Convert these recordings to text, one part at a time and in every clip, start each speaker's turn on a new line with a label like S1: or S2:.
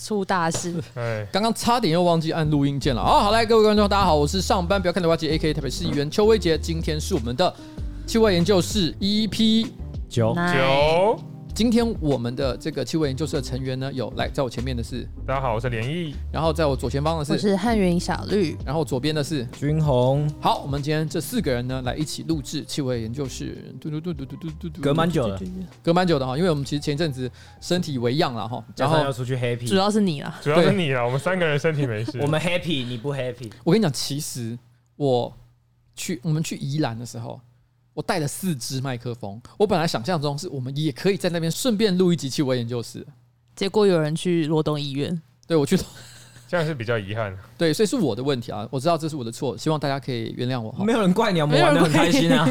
S1: 出大事。
S2: 哎，
S3: 刚刚差点又忘记按录音键了啊！好，来各位观众，大家好，我是上班不要看的挖机 A K 台北市议员邱威杰，今天是我们的气味研究室 E P。
S4: 九
S3: 哎
S1: 那
S2: 九，
S3: 今天我们的这个气味研究室的成员呢，有来在我前面的是，
S2: 大家好，我是连毅，
S3: 然后在我左前方的
S1: 我
S3: 是，
S1: 是汉云小绿，
S4: 嗯
S3: 然后左边的是。
S4: 君红，
S3: 好，我们今天这四个人呢，来一起录制气味研究室。嘟嘟嘟嘟嘟嘟嘟嘟，
S4: 隔蛮久了，
S3: 隔蛮久的哈，因为我们其实前一阵子身体为恙了哈，
S4: 加
S3: 然
S4: 上
S3: 后
S4: 要出去
S1: 主
S4: happy，
S1: 要是你啦。
S2: 主要是
S3: 对
S2: 你了，我们三个人身体没事，
S4: 我们 happy 你不 happy，
S3: 我跟你讲，其实我去我们去宜兰的时候，我带了四支麦克风。我本来想象中是我们也可以在那边顺便录一集气味研究室。
S1: 结果有人去罗东医院，
S3: 对我去，
S2: 这样是比较遗憾，
S3: 对，所以是我的问题啊，我知道这是我的错，希望大家可以原谅我哈
S4: 没。有人怪你啊，我们
S1: 没有
S4: 玩
S1: 人
S4: 的很开心啊，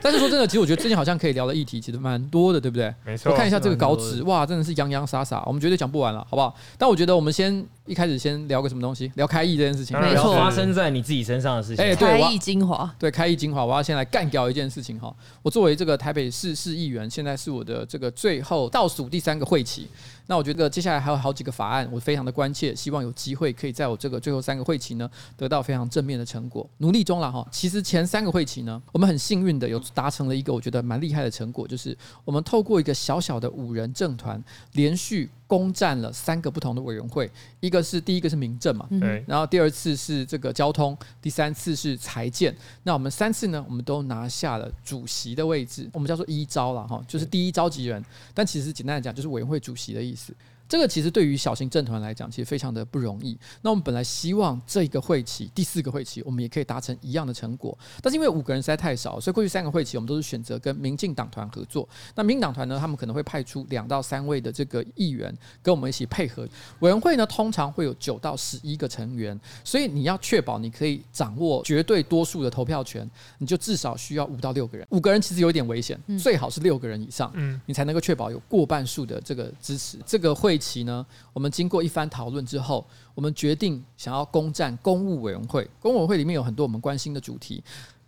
S3: 但是说真的，其实我觉得最近好像可以聊的议题其实蛮多的，对不对？
S2: 没错
S3: 我，看一下这个稿
S4: 是蛮
S3: 纸，哇，真的是洋洋洒洒，我们绝对讲不完了，好不好？但我觉得我们先一开始先聊个什么东西，聊开议这件事
S4: 嗯
S3: 情
S2: 当。然
S1: 没错
S4: 发生在你自己身上的事情，
S3: 哎对
S1: 开
S3: 我
S1: 益精华，
S3: 对，开议精华，我要先来干掉一件事情哈。我作为这个台北市市议员，现在是我的这个最后倒数第三个会期。那我觉得接下来还有好几个法案，我非常的关切，希望有机会可以在我这个最后三个会期呢，得到非常正面的成果，努力中了哈。其实前三个会期呢，我们很幸运的有达成了一个我觉得蛮厉害的成果，就是我们透过一个小小的五人政团，连续攻占了三个不同的委员会，一个是第一个是民政嘛，
S1: 嗯哼，
S2: 对，
S3: 然后第二次是这个交通，第三次是财建。那我们三次呢，我们都拿下了主席的位置，我们叫做一招了哈，就是第一召集人。但其实简单来讲，就是委员会主席的意思。这个其实对于小型政团来讲，其实非常的不容易。那我们本来希望这个会期第四个会期，我们也可以达成一样的成果，但是因为五个人实在太少，所以过去三个会期我们都是选择跟民进党团合作。那民进党团呢，他们可能会派出两到三位的这个议员跟我们一起配合委员会呢，通常会有九到十一个成员，所以你要确保你可以掌握绝对多数的投票权，你就至少需要五到六个人。五个人其实有点危险，
S1: 嗯
S3: 最好是六个人以上。
S2: 嗯，
S3: 你才能够确保有过半数的这个支持。这个会期呢，我们经过一番讨论之后，我们决定想要攻占公务委员会。公务委员会里面有很多我们关心的主题。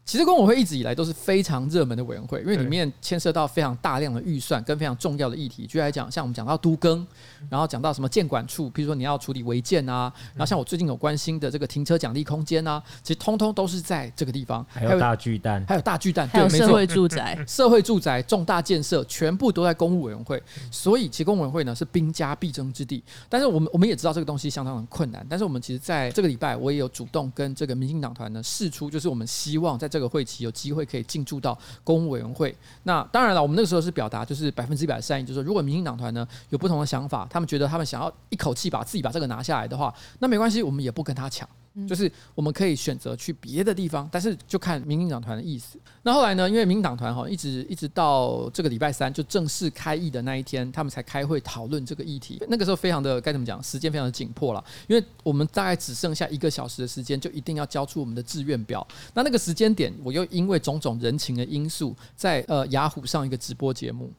S3: 其实公委会一直以来都是非常热门的委员会，因为里
S2: 对
S3: 面牵涉到非常大量的预算跟非常重要的议题。举例来讲，像我们讲到都更，
S4: 嗯
S3: 然后讲到什么建管处，比如说你要处理违建啊，然后像我最近有关心的这个停车奖励空间啊，其实通通都是在这个地方。
S4: 还有大巨蛋，
S3: 还有大巨蛋，
S1: 还
S3: 对，
S1: 有
S3: 没
S1: 社
S3: 错，
S1: 会住
S4: 嗯
S1: 宅，
S3: 社会住宅、重大建设全部都在公务委员会，所以其实公务委员会呢是兵家必争之地。但是我们我们也知道这个东西相当的困难，但是我们其实在这个礼拜我也有主动跟这个民进党团呢试出，就是我们希望在这个会期有机会可以进驻到公务委员会。那当然了，我们那个时候是表达就是百分之百的善意，就是说如果民进党团呢有不同的想法，他们觉得他们想要一口气把自己把这个拿下来的话，那没关系，我们也不跟他抢。就是我们可以选择去别的地方，但是就看民进党团的意思。那后来呢？因为民进党团哈，一直一直到这个礼拜三就正式开议的那一天，他们才开会讨论这个议题。那个时候非常的该怎么讲，时间非常的紧迫了，因为我们大概只剩下一个小时的时间，就一定要交出我们的志愿表。那那个时间点，我又因为种种人情的因素，在呃雅虎上一个直播节目。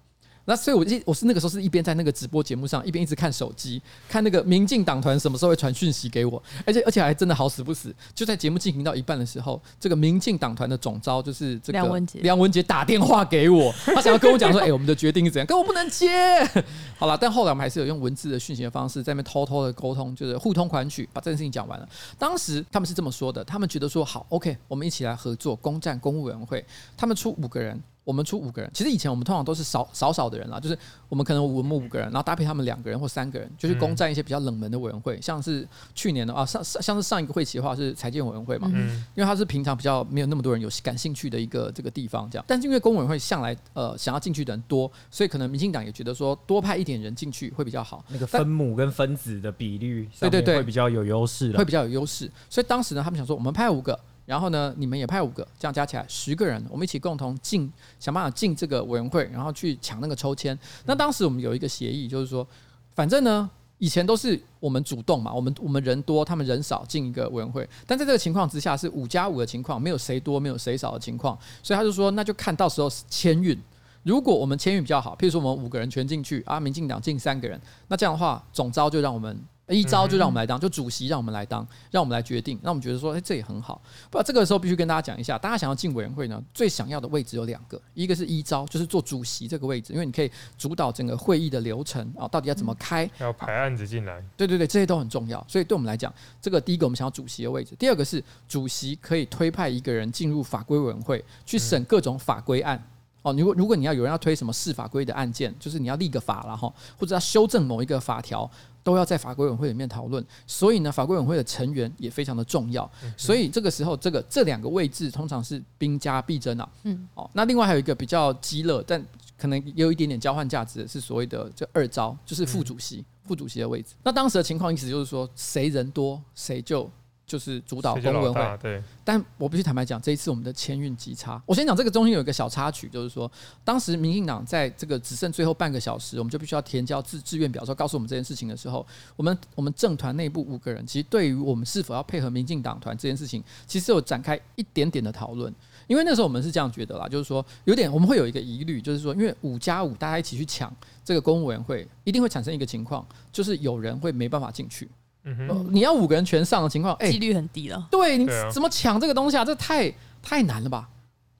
S3: 那所以我一我是那个时候是一边在那个直播节目上，一边一直看手机，看那个民进党团什么时候会传讯息给我， 而且而且还真的好死不死，就在节目进行到一半的时候，这个民进党团的总召就是这个
S1: 梁文杰
S3: 梁文杰打电话给我， 他想要跟我讲说，哎、我们的决定是怎样，可我不能接。 好了，但后来我们还是有用文字的讯息的方式在那边偷偷的沟通，就是互通款曲，把这件事情讲完了。当时他们是这么说的，他们觉得说好，OK，我们一起来合作攻占公务委员会，他们出五个人。我们出五个人，其实以前我们通常都是少少少的人啦，就是我们可能我们五个人，然后搭配他们两个人或三个人，就是攻占一些比较冷门的委员会，像是去年的啊上上像是上一个会期的话是财建委员会嘛，
S2: 嗯，
S3: 因为它是平常比较没有那么多人有感兴趣的一个这个地方，这样。但是因为工委会向来呃想要进去的人多，所以可能民进党也觉得说多派一点人进去会比较好，
S4: 那个分母跟分子的比率，
S3: 对对对
S4: 上面会比较有优势
S3: 会
S4: 了。
S3: 比较有优势。所以当时呢，他们想说我们派五个，然后呢你们也派五个，这样加起来十个人，我们一起共同进想办法进这个委员会，然后去抢那个抽签。那当时我们有一个协议，就是说反正呢。以前都是我们主动嘛，我们我们人多，他们人少进一个委员会，但在这个情况之下是五加五的情况，没有谁多，没有谁少的情况，所以他就说那就看到时候签运。如果我们签运比较好，譬如说我们五个人全进去啊，民进党进三个人，那这样的话总招就让我们一招就让我们来当，就主席让我们来当，让我们来决定，让我们觉得说，哎、这也很好。不，这个时候必须跟大家讲一下，大家想要进委员会呢，最想要的位置有两个，一个是一招，就是做主席这个位置，因为你可以主导整个会议的流程啊，到底要怎么开，
S2: 要排案子进来，
S3: 对对对，这些都很重要。所以对我们来讲，这个第一个我们想要主席的位置，第二个是主席可以推派一个人进入法规委员会去审各种法规案。哦，如果如果你要有人要推什么市法规的案件，就是你要立个法了哈，或者要修正某一个法条，都要在法规委员会里面讨论。所以呢，法规委员会的成员也非常的重要。
S2: 嗯
S3: 嗯所以这个时候，这个这两个位置通常是兵家必争啊。
S1: 嗯，
S3: 哦，那另外还有一个比较激烈，但可能也有一点点交换价值的是所谓的这二招，就是副主
S2: 嗯
S3: 席、副主席的位置。那当时的情况意思就是说，谁人多谁就就是主导
S2: 谁
S3: 公
S2: 叫
S3: 文
S2: 老
S3: 会。
S2: 大？对，
S3: 但我必须坦白讲，这一次我们的签运极差。我先讲这个中间有一个小插曲，就是说，当时民进党在这个只剩最后半个小时，我们就必须要填交志志愿表的时候，告诉我们这件事情的时候，我们我们政团内部五个人，其实对于我们是否要配合民进党团这件事情，其实有展开一点点的讨论。因为那时候我们是这样觉得啦，就是说有点我们会有一个疑虑，就是说，因为五加五大家一起去抢这个公务委员会，一定会产生一个情况，就是有人会没办法进去。
S2: 嗯哼，
S1: 嗯
S3: 你要五个人全上的情况，哎、
S1: 几率很低了。
S3: 对你
S2: 对啊
S3: 怎么抢这个东西啊？这太太难了吧！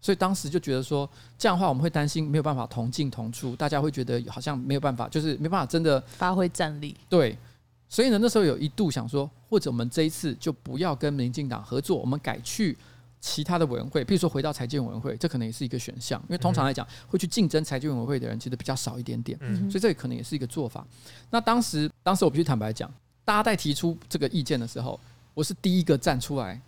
S3: 所以当时就觉得说，这样的话我们会担心没有办法同进同出，大家会觉得好像没有办法，就是没办法真的
S1: 发挥战力，
S3: 对。所以呢，那时候有一度想说，或者我们这一次就不要跟民进党合作，我们改去其他的委员会，譬如说回到财经委员会，这可能也是一个选项，因为通常来讲，会去竞争财经委员会的人其实比较少一点点。
S2: 嗯
S1: 嗯
S3: 所以这可能也是一个做法。那当时，当时我必须坦白讲，大家在提出这个意见的时候，我是第一个站出来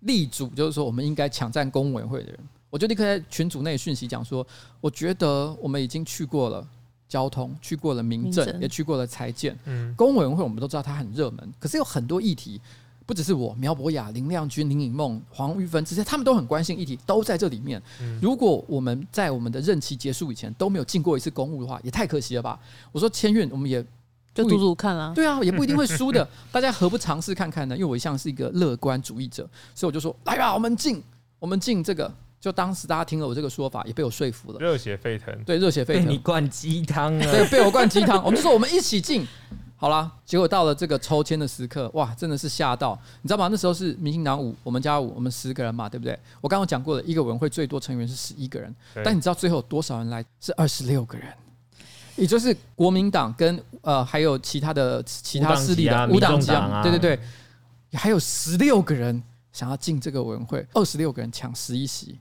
S3: 力主，就是说我们应该抢占公委会的人。我就立刻在群组内讯息讲说，我觉得我们已经去过了交通，去过了民政，
S1: 民政
S3: 也去过了财建，
S2: 嗯，
S3: 公委员会我们都知道它很热门，可是有很多议题，不只是我，苗博雅、林亮君、林颖梦、黄玉芬这些，他们都很关心议题，都在这里面。
S2: 嗯
S3: 如果我们在我们的任期结束以前都没有进过一次公务的话，也太可惜了吧？我说签运，我们也
S1: 就
S3: 不
S1: 赌赌看啦。
S3: 对啊，也不一定会输的。大家何不尝试看看呢？因为我一向是一个乐观主义者，所以我就说来吧，我们进，我们进这个。就当时大家听了我这个说法，也被我说服了，
S2: 热血沸腾，
S3: 对，热血沸
S4: 被
S3: 腾。
S4: 你灌鸡汤了。
S3: 对，被我灌鸡汤。我们就说我们一起进，好啦。结果到了这个抽签的时刻，哇，真的是吓到，你知道吗？那时候是民进党五，我们加五，我们十个人嘛，对不对？我刚刚讲过了，一个委员会最多成员是十一个人，
S2: 对
S3: 但你知道最后有多少人来？是二十六个人。也就是国民党跟呃还有其他的其他势力的
S4: 无党籍
S3: 籍
S4: 啊民众党啊
S3: 对对对，还有十六个人想要进这个委员会，二十六个人抢十一席，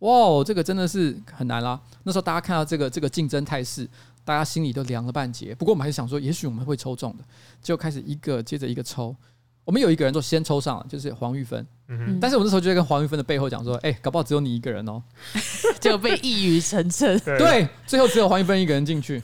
S3: 哇哦，这个真的是很难啦。那时候大家看到这个这个竞争态势，大家心里都凉了半截。不过我们还是想说，也许我们会抽中的，就开始一个接着一个抽。我们有一个人就先抽上了，就是黄玉芬。
S2: 嗯
S3: 但是我那时候就在跟黄玉芬的背后讲说：“哎、搞不好只有你一个人哦。
S1: 结果被一语成 谶。
S2: 哼，对，
S3: 对，最后只有黄玉芬一个人进去，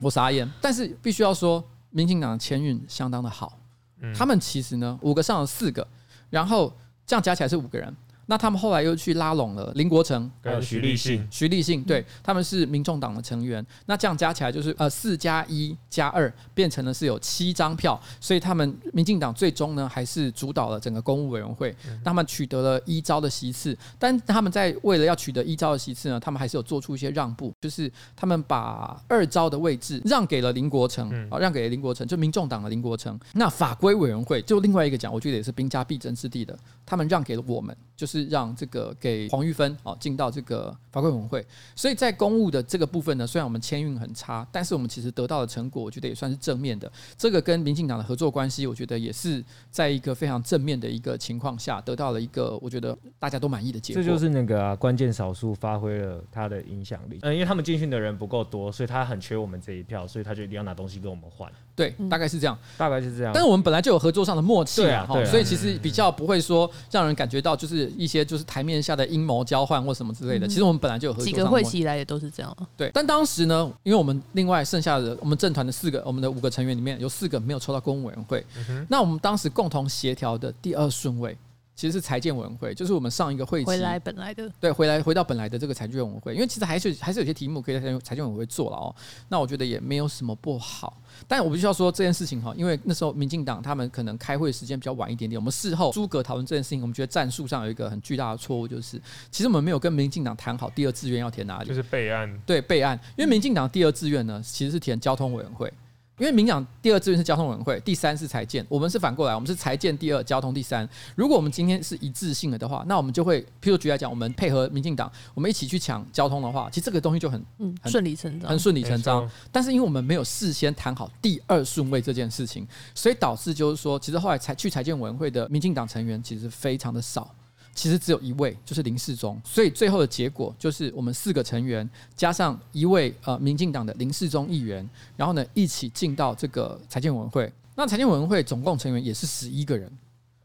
S3: 我傻眼。但是必须要说，民进党的签运相当的好。
S2: 嗯
S3: 他们其实呢，五个上了四个，然后这样加起来是五个人。那他们后来又去拉拢了林国成、
S2: 跟徐立信，
S3: 哦徐立信，对，他们是民众党的成员。那这样加起来就是呃四加一加二，变成了是有七张票，所以他们民进党最终呢还是主导了整个公务委员会，那他们取得了一招的席次。但他们在为了要取得一招的席次呢，他们还是有做出一些让步，就是他们把二招的位置让给了林国成，
S2: 嗯
S3: 啊、让给了林国成，就民众党的林国成。那法规委员会就另外一个讲，我觉得也是兵家必争之地的，他们让给了我们，就是让这个给黄玉芬哦进到这个法规委员会。所以在公务的这个部分呢，虽然我们签运很差，但是我们其实得到的成果，我觉得也算是正面的。这个跟民进党的合作关系，我觉得也是在一个非常正面的一个情况下，得到了一个我觉得大家都满意的结果。
S4: 这就是那个啊，关键少数发挥了他的影响力。嗯，因为他们进训的人不够多，所以他很缺我们这一票，所以他就一定要拿东西跟我们换，
S3: 对，大概是这样。
S4: 大概是这样。
S3: 但是我们本来就有合作上的默契
S4: 嗯对
S3: 啊
S4: 啊，
S3: 哈、
S4: 对啊
S3: 所以其实比较不会说让人感觉到就是一些就是台面下的阴谋交换或什么之类的。
S1: 嗯
S3: 其实我们本来就有合作
S1: 几
S3: 上的
S1: 个
S3: 默
S1: 会
S3: 契。
S1: 期以来也都是这样啊。
S3: 对，但当时呢，因为我们另外剩下的我们政团的四个，我们的五个成员里面有四个没有抽到公务委员会，那我们当时共同协调的第二顺位其实是财建委员会，就是我们上一个会期
S1: 回来本来的
S3: 对，回来回到本来的这个财政委员会，因为其实还是还是有些题目可以在财政财政委员会做了哦。那我觉得也没有什么不好，但我必须要说这件事情哈，因为那时候民进党他们可能开会时间比较晚一点点，我们事后诸葛讨论这件事情，我们觉得战术上有一个很巨大的错误，就是其实我们没有跟民进党谈好第二志愿要填哪里
S2: 就。是备案，
S3: 对备案，因为民进党第二志愿呢其实是填交通委员会，因为民党第二志愿是交通委员会，第三是财建，我们是反过来，我们是财建第二，交通第三。如果我们今天是一致性了的话，那我们就会，譬如举例来讲，我们配合民进党，我们一起去抢交通的话，其实这个东西就很
S1: 嗯，
S3: 很
S1: 顺理成章
S3: 很。顺理成章
S2: 没。
S3: 但是因为我们没有事先谈好第二顺位这件事情，所以导致就是说，其实后来才去财建委员会的民进党成员其实非常的少。其实只有一位，就是林世忠，所以最后的结果就是我们四个成员加上一位呃民进党的林世忠议员，然后呢一起进到这个财建委员会。那财建委员会总共成员也是十一个人，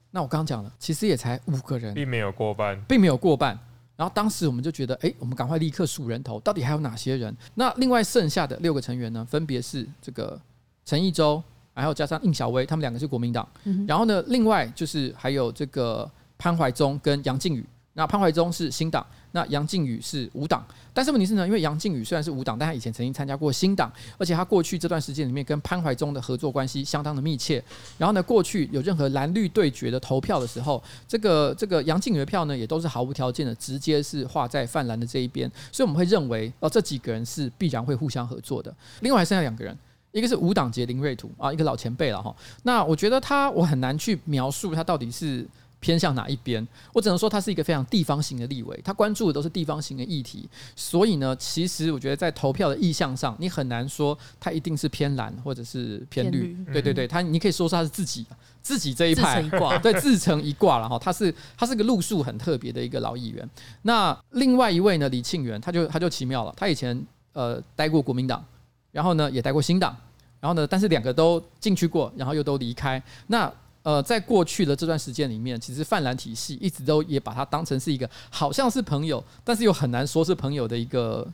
S3: 那我刚刚讲了，其实也才五个人，
S2: 并没有过半，
S3: 并没有过半。然后当时我们就觉得，哎，我们赶快立刻数人头，到底还有哪些人？那另外剩下的六个成员呢，分别是这个陈义洲，还有加上应小薇，他们两个是国民党。
S1: 嗯哼
S3: 然后呢，另外就是还有这个潘怀忠跟杨靖宇。那潘怀忠是新党，那杨靖宇是无党。但是问题是呢，因为杨靖宇虽然是无党，但他以前曾经参加过新党，而且他过去这段时间里面跟潘怀忠的合作关系相当的密切。然后呢，过去有任何蓝绿对决的投票的时候，这个这个杨靖宇的票呢，也都是毫无条件的，直接是划在泛蓝的这一边。所以我们会认为，哦，这几个人是必然会互相合作的。另外还剩下两个人。一个是无党籍林瑞图啊，一个老前辈了哈。那我觉得他，我很难去描述他到底是偏向哪一边。我只能说他是一个非常地方型的立委，他关注的都是地方型的议题。所以呢，其实我觉得在投票的意向上，你很难说他一定是偏蓝或者是偏绿。
S1: 偏
S2: 绿
S3: 对对对，他你可以说是他是自己自己这一
S1: 自
S3: 派
S1: 成一 挂
S3: 对，自成一挂了哈。他是他是个路数很特别的一个老议员。那另外一位呢，李庆元，他就他就奇妙了，他以前呃待过国民党，然后呢也待过新党，然后呢，但是两个都进去过，然后又都离开。那呃，在过去的这段时间里面，其实泛蓝体系一直都也把他当成是一个好像是朋友，但是又很难说是朋友的一个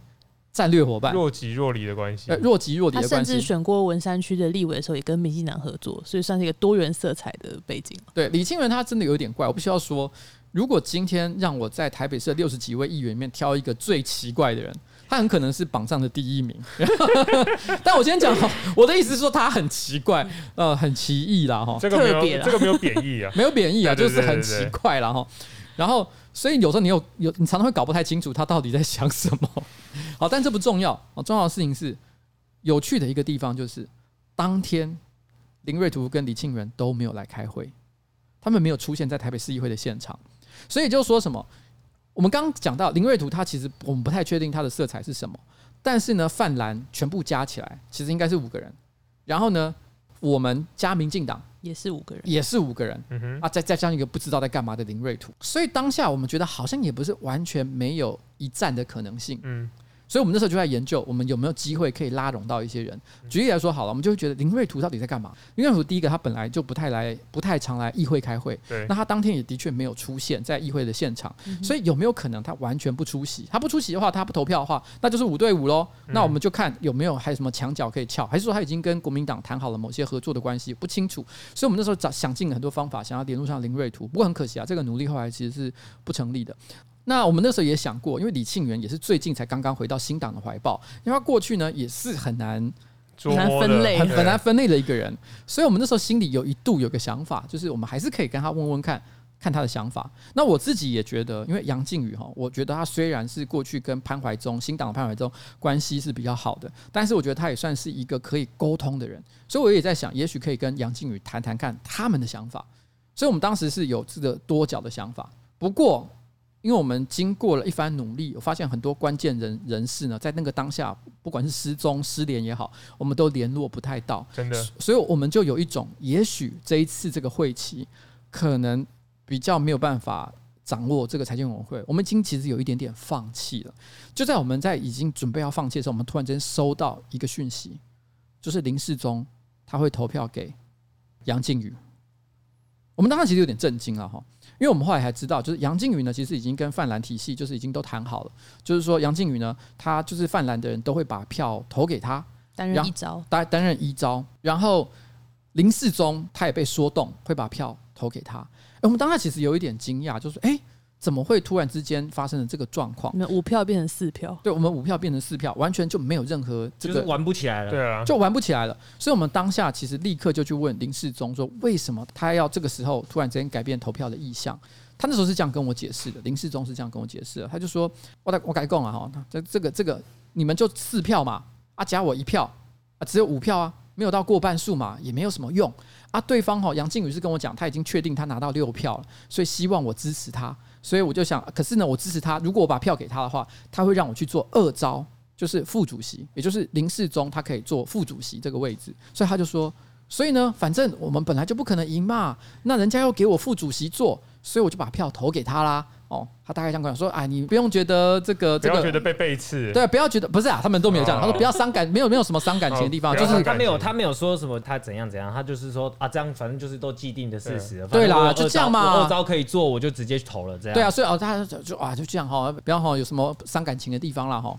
S3: 战略伙伴，
S2: 若即若离的关系
S3: 呃，。若即若离
S1: 他
S3: 的
S1: 甚
S3: 关
S1: 至
S3: 系。
S1: 选过文山区的立委的时候，也跟民进党合作，所以算是一个多元色彩的背景。
S3: 对，李清源他真的有点怪，我必须要说，如果今天让我在台北市六十几位议员里面挑一个最奇怪的人，他很可能是榜上的第一名。 但我先讲好，我的意思是说他很奇怪，呃，很奇异啦哈，
S2: 这个没
S1: 特别
S2: 有，
S1: 啦
S2: 这个没有贬
S3: 。
S2: 义啊
S3: 没有贬义啊，
S2: 对
S3: 就
S2: 对
S3: 是
S2: 对
S3: 很
S2: 对
S3: 奇
S2: 对
S3: 怪啦哈。然后，所以有时候你有有，你常常会搞不太清楚他到底在想什么。 好，但这不重要，哦，重要的事情是有趣的一个地方就是，当天林瑞图跟李庆元都没有来开会，他们没有出现在台北市议会的现场，所以就说什么，我们刚刚讲到林瑞图，他其实我们不太确定他的色彩是什么，但是呢，泛蓝全部加起来其实应该是五个人，然后呢，我们加民进党
S1: 也是五个人，
S3: 也是五个人，
S2: 嗯哼，
S3: 啊，再再加上一个不知道在干嘛的林瑞图，所以当下我们觉得好像也不是完全没有一战的可能性，
S2: 嗯，
S3: 所以我们那时候就在研究我们有没有机会可以拉拢到一些人。举例来说好了，我们就会觉得林瑞图到底在干嘛？林瑞图第一个他本来就不太来，不太常来议会开会，
S2: 对
S3: 那，他当天也的确没有出现在议会的现场，所以有没有可能他完全不出席？他不出席的话，他不投票的话，那就是五对五喽。那我们就看有没有还有什么墙角可以撬，还是说他已经跟国民党谈好了某些合作的关系？不清楚。所以我们那时候找想尽了很多方法，想要联络上林瑞图，不过很可惜啊，这个努力后来其实是不成立的。那我们那时候也想过，因为李庆元也是最近才刚刚回到新党的怀抱，因为他过去呢也是很难
S2: 捉摸的
S1: 很难分类
S3: 很
S2: 对
S3: 很难分类的一个人，所以我们那时候心里有一度有个想法，就是我们还是可以跟他问问看，看他的想法。那我自己也觉得，因为杨靖宇哈，我觉得他虽然是过去跟潘怀忠新党的潘怀忠关系是比较好的，但是我觉得他也算是一个可以沟通的人，所以我也在想，也许可以跟杨靖宇谈谈看他们的想法。所以我们当时是有这个多角的想法，不过。因为我们经过了一番努力，我发现很多关键人人士呢，在那个当下，不管是失踪、失联也好，我们都联络不太到，
S2: 真的，
S3: 所以我们就有一种，也许这一次这个会期可能比较没有办法掌握这个财经委员会，我们已经其实有一点点放弃了。就在我们在已经准备要放弃的时候，我们突然间收到一个讯息，就是林世忠他会投票给杨靖宇。我们当时其实有点震惊了哈，因为我们后来还知道，就是杨靖宇呢，其实已经跟泛蓝体系就是已经都谈好了，就是说杨靖宇呢，他就是泛蓝的人都会把票投给他，
S1: 担
S3: 然
S1: 任
S3: 后
S1: 一招，
S3: 担担任一招，然后林世忠他也被说动，会把票投给他。哎，我们当下其实有一点惊讶，就是哎，诶怎么会突然之间发生了这个状况？
S1: 你们五票变成四票，
S3: 对我们五票变成四票，完全就没有任何这
S4: 就是
S3: 个
S4: 玩不起来了。
S2: 对啊，
S3: 就玩不起来了。所以我们当下其实立刻就去问林世忠说，为什么他要这个时候突然之间改变投票的意向？他那时候是这样跟我解释的，林世忠是这样跟我解释的，他就说，我改我改供了哈，这这个这个你们就四票嘛，啊加我一票啊，只有五票啊，没有到过半数嘛，也没有什么用啊。对方哈、杨靖宇是跟我讲，他已经确定他拿到六票了，所以希望我支持他。所以我就想，可是呢，我支持他，如果我把票给他的话，他会让我去做二招，就是副主席，也就是林世忠，他可以做副主席这个位置。所以他就说，所以呢，反正我们本来就不可能赢嘛，那人家要给我副主席做，所以我就把票投给他啦。哦，他大概这样跟我讲说，哎，你不用觉得这个
S2: 不
S3: 这
S2: 要
S3: 个
S2: 觉得被背刺，
S3: 对，不要觉得不是啊，他们都没有这样。
S2: 哦
S3: 他说不要伤感，没有没有什么伤感情的地方，
S2: 哦
S3: 就
S2: 不要
S3: 是
S2: 感
S4: 他没有，他没有说什么他怎样怎样，他就是说啊，这样反正就是都既定的事实了。
S3: 对
S4: 反正我有
S3: 啦
S4: 二
S3: 就
S4: 招
S3: 这样嘛
S4: 我二招可以做，我就直接投了这样。
S3: 对啊，，所以哦，大家就就啊就这样哈，不要哈有什么伤感情的地方啦哈。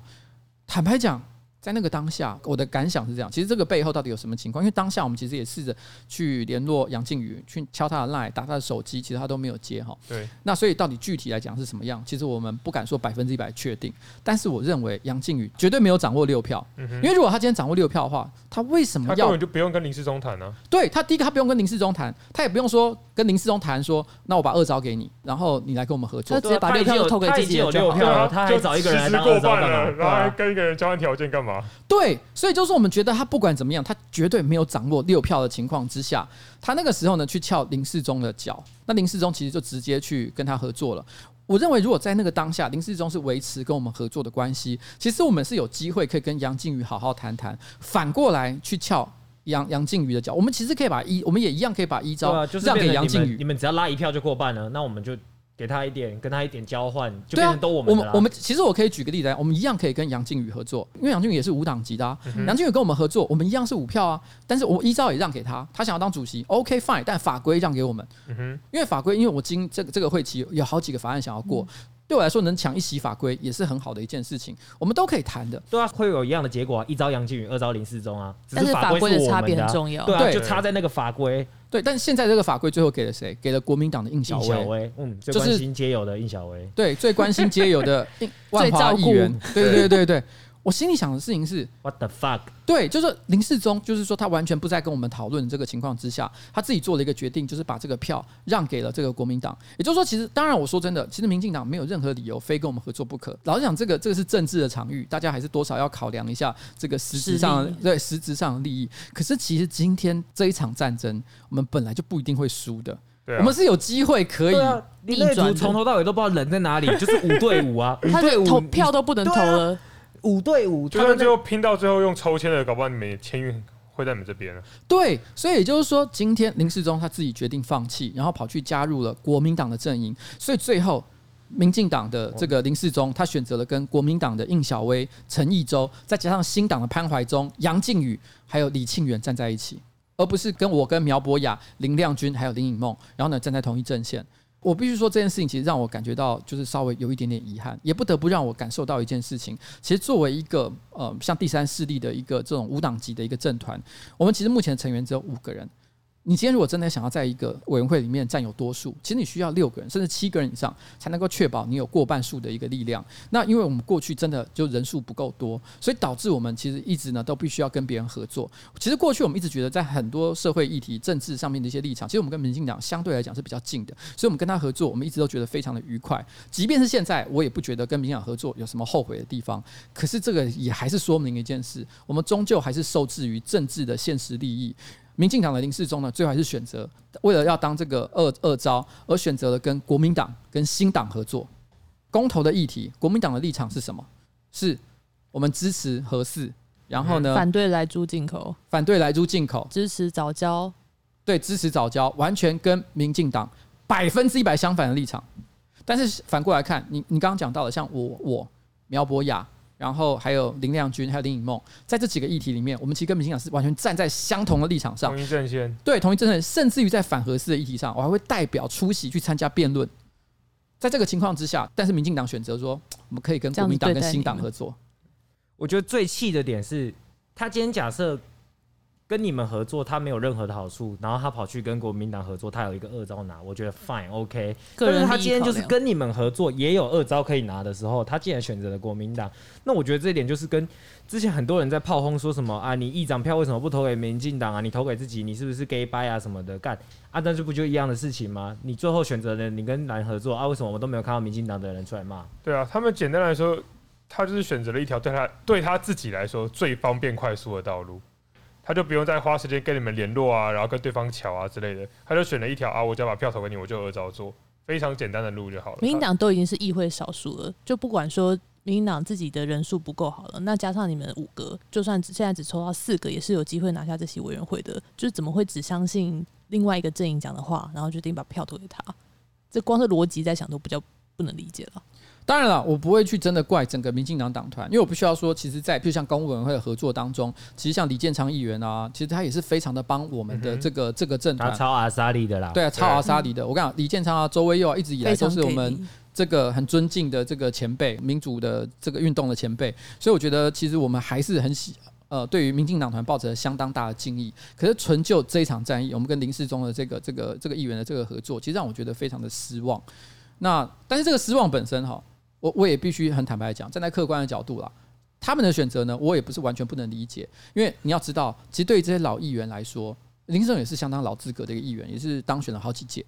S3: 坦白讲，在那个当下，我的感想是这样。其实这个背后到底有什么情况？因为当下我们其实也试着去联络杨靖宇，去敲他的 line，打他的手机，其实他都没有接哈。
S2: 对，
S3: 那所以到底具体来讲是什么样？其实我们不敢说百分之一百确定，但是我认为杨靖宇绝对没有掌握六票，
S2: 嗯
S3: 因
S2: 哼，
S3: 为如果他今天掌握六票的话，他为什么
S2: 他根
S3: 要
S2: 本就不用跟林世忠谈啊，
S3: 对他，第一个他不用跟林世忠谈，他也不用说跟林世忠谈说，那我把二招给你，然后你来跟我们合作
S1: 他。直接把
S4: 他
S1: 六
S4: 已经
S1: 票
S4: 有
S1: 都投给
S4: 他
S1: 自
S4: 已
S1: 己
S4: 经有
S1: 了就
S4: 六
S1: 好
S4: 票
S1: 了。
S4: 了
S2: 啊，
S4: 呃他还找一个人来
S2: 实施
S4: 当
S2: 过
S4: 二招
S2: 半
S4: 干嘛
S2: 了，
S4: 对
S2: 然后还
S4: 啊？
S2: 跟一个人交换条件干嘛？
S3: 对，所以就是我们觉得他不管怎么样，他绝对没有掌握六票的情况之下，他那个时候呢去撬林世忠的脚，那林世忠其实就直接去跟他合作了。我认为，如果在那个当下，林世忠是维持跟我们合作的关系，其实我们是有机会可以跟杨靖宇好好谈谈，反过来去撬杨杨靖宇的脚。我们其实可以把一，我们也一样可以把一
S4: 对
S3: 招
S4: 啊，就是
S3: 让
S4: 变
S3: 给
S4: 成
S3: 杨靖
S4: 你
S3: 宇
S4: 们。你们只要拉一票就过半了，那我们就给他一点，跟他一点交换，就
S3: 对
S4: 变
S3: 啊
S4: 成，都我
S3: 我
S4: 们的
S3: 们
S4: 啦。
S3: 我们其实我可以举个例子来，我们一样可以跟杨靖宇合作，因为杨靖宇也是无党籍的、
S4: 嗯
S3: 啊，杨靖宇跟我们合作，我们一样是五票啊，但是我依照也让给他，他想要当主席，OK fine，但法规让给我们，
S2: 嗯哼，
S3: 因为法规，因为我今这个这个会期有好几个法案想要过，
S4: 嗯
S3: 对我来说能抢一席法规也是很好的一件事情，我们都可以谈的。
S4: 对啊，会有一样的结果啊，一招杨靖宇，二招林世忠啊，只
S1: 但是
S4: 法
S1: 法规
S4: 是
S1: 的
S4: 我
S1: 差
S4: 们
S1: 别
S4: 的啊
S1: 很重要
S4: 对啊，
S3: 对
S4: 就差在那个法规。
S3: 对，但现在这个法规最后给了谁？给了国民党的应小
S4: 应小
S3: 薇。
S4: 薇，嗯，最
S3: 就是
S4: 关心街友的应小薇，
S3: 对，最关心街友 的应万华议员，对对对对，我心里想的事情是，
S4: ，What the fuck？
S3: 对，就是林世忠，就是说他完全不在跟我们讨论这个情况之下，他自己做了一个决定，就是把这个票让给了这个国民党。也就是说，其实当然我说真的，其实民进党没有任何理由非跟我们合作不可。老实讲，这个这个是政治的场域，大家还是多少要考量一下这个实质上
S1: 实力
S3: 对实质上的利益。可是其实今天这一场战争，我们本来就不一定会输的，
S2: 对
S3: 我
S2: 啊
S3: 们，是有机会可以。
S4: 对啊，你那
S1: 逆转的
S4: 组从头到尾都不知道人在哪里， 就是五对五啊，五
S1: 他
S4: 对
S1: 的投
S4: 五，
S1: 票都不能投了，
S4: 五对五，
S2: 就
S4: 他
S2: 算
S4: 们那
S2: 最后拼到最后用抽签的，搞不好你们也签运会在你们这边啊。
S3: 对，所以也就是说，今天林世忠他自己决定放弃，然后跑去加入了国民党的阵营，所以最后。民进党的这个林世忠，他选择了跟国民党的应小薇、陈义洲，再加上新党的潘怀忠、杨靖宇，还有李庆元站在一起，而不是跟我、跟苗博雅、林亮君还有林颖梦，然后呢站在同一阵线。我必须说这件事情，其实让我感觉到就是稍微有一点点遗憾，也不得不让我感受到一件事情。其实作为一个呃像第三势力的一个这种无党籍的一个政团，我们其实目前成员只有五个人。你今天如果真的想要在一个委员会里面占有多数，其实你需要六个人甚至七个人以上，才能够确保你有过半数的一个力量。那因为我们过去真的就人数不够多，所以导致我们其实一直呢都必须要跟别人合作。其实过去我们一直觉得，在很多社会议题、政治上面的一些立场，其实我们跟民进党相对来讲是比较近的，所以我们跟他合作，我们一直都觉得非常的愉快。即便是现在，我也不觉得跟民进党合作有什么后悔的地方。可是这个也还是说明一件事，我们终究还是受制于政治的现实利益。民进党的林世忠呢，最后还是选择为了要当这个二二招，而选择了跟国民党、跟新党合作。公投的议题，国民党的立场是什么？是我们支持核四，然后呢，
S1: 反对来啊猪进口，
S3: 反对来猪进口，
S1: 支持早教。
S3: 对支持早教，完全跟民进党百分之一百相反的立场。但是反过来看，你你刚刚讲到的，像我我苗博雅，然后还有林亮君，还有林颖梦，在这几个议题里面，我们其实跟民进党是完全站在相同的立场
S4: 啊
S3: 上
S2: 同。一阵线，
S3: 对同一阵线，甚至于在反核式的议题上，我还会代表出席去参加辩论。在这个情况之下，但是民进党选择说，我们可以跟
S1: 这
S3: 国
S1: 样子
S3: 民党
S1: 对
S3: 跟
S1: 待
S3: 新
S1: 你
S3: 党
S1: 们
S3: 合作。
S4: 我觉得最气的点是，他今天假设跟你们合作，他没有任何的好处，然后他跑去跟国民党合作，他有一个二招拿，我觉得 fine OK。
S1: 个
S4: 但
S1: 人
S4: 是他
S1: 利益
S4: 今天
S1: 考
S4: 就是
S1: 量
S4: 跟你们合作，也有二招可以拿的时候，他竟然选择了国民党，那我觉得这一点就是跟之前很多人在炮轰说什么啊，你议长票为什么不投给民进党啊？你投给自己，你是不是 gay bye 啊什么的干啊？但是不就一样的事情吗？你最后选择了你跟蓝合作啊，为什么我们都没有看到民进党的人出来骂？
S2: 对啊，他们简单来说，他就是选择了一条对他对他自己来说最方便快速的道路。他就不用再花时间跟你们联络啊，然后跟对方瞧啊之类的，他就选了一条啊，我只要把票投给你，我就二招做，非常简单的路就好了。
S1: 民进党都已经是议会少数了，就不管说民进党自己的人数不够好了，那加上你们五个，就算只现在只抽到四个，也是有机会拿下这席委员会的。就是怎么会只相信另外一个阵营讲的话，然后决定把票投给他？这光是逻辑在想都比较不能理解了。
S3: 当然了，我不会去真的怪整个民进党党团，因为我必须要说，其实在，就像公务委员会的合作当中，其实像李建昌议员啊，其实他也是非常的帮我们的
S2: 嗯哼
S3: 这个、这个政
S1: 啊
S4: 他
S3: 团。
S4: 超阿莎莉的啦。
S3: 对啊，超阿沙里的，我跟你讲，李建昌啊，周威佑啊，一直以 来
S1: 非
S3: 都
S1: 常
S3: 是我们
S1: 给力
S3: 这个很尊敬的这个前辈，民主的这个运动的前辈，所以我觉得其实我们还是很喜。呃，对于民进党团抱着相当大的敬意，可是纯就这一场战役，我们跟林世忠的这个、这个、这个议员的这个合作，其实让我觉得非常的失望。那但是这个失望本身哈，我我也必须很坦白地讲，站在客观的角度啦，他们的选择呢，我也不是完全不能理解，因为你要知道，其实对于这些老议员来说，林世忠也是相当老资格的一个议员，也是当选了好几届。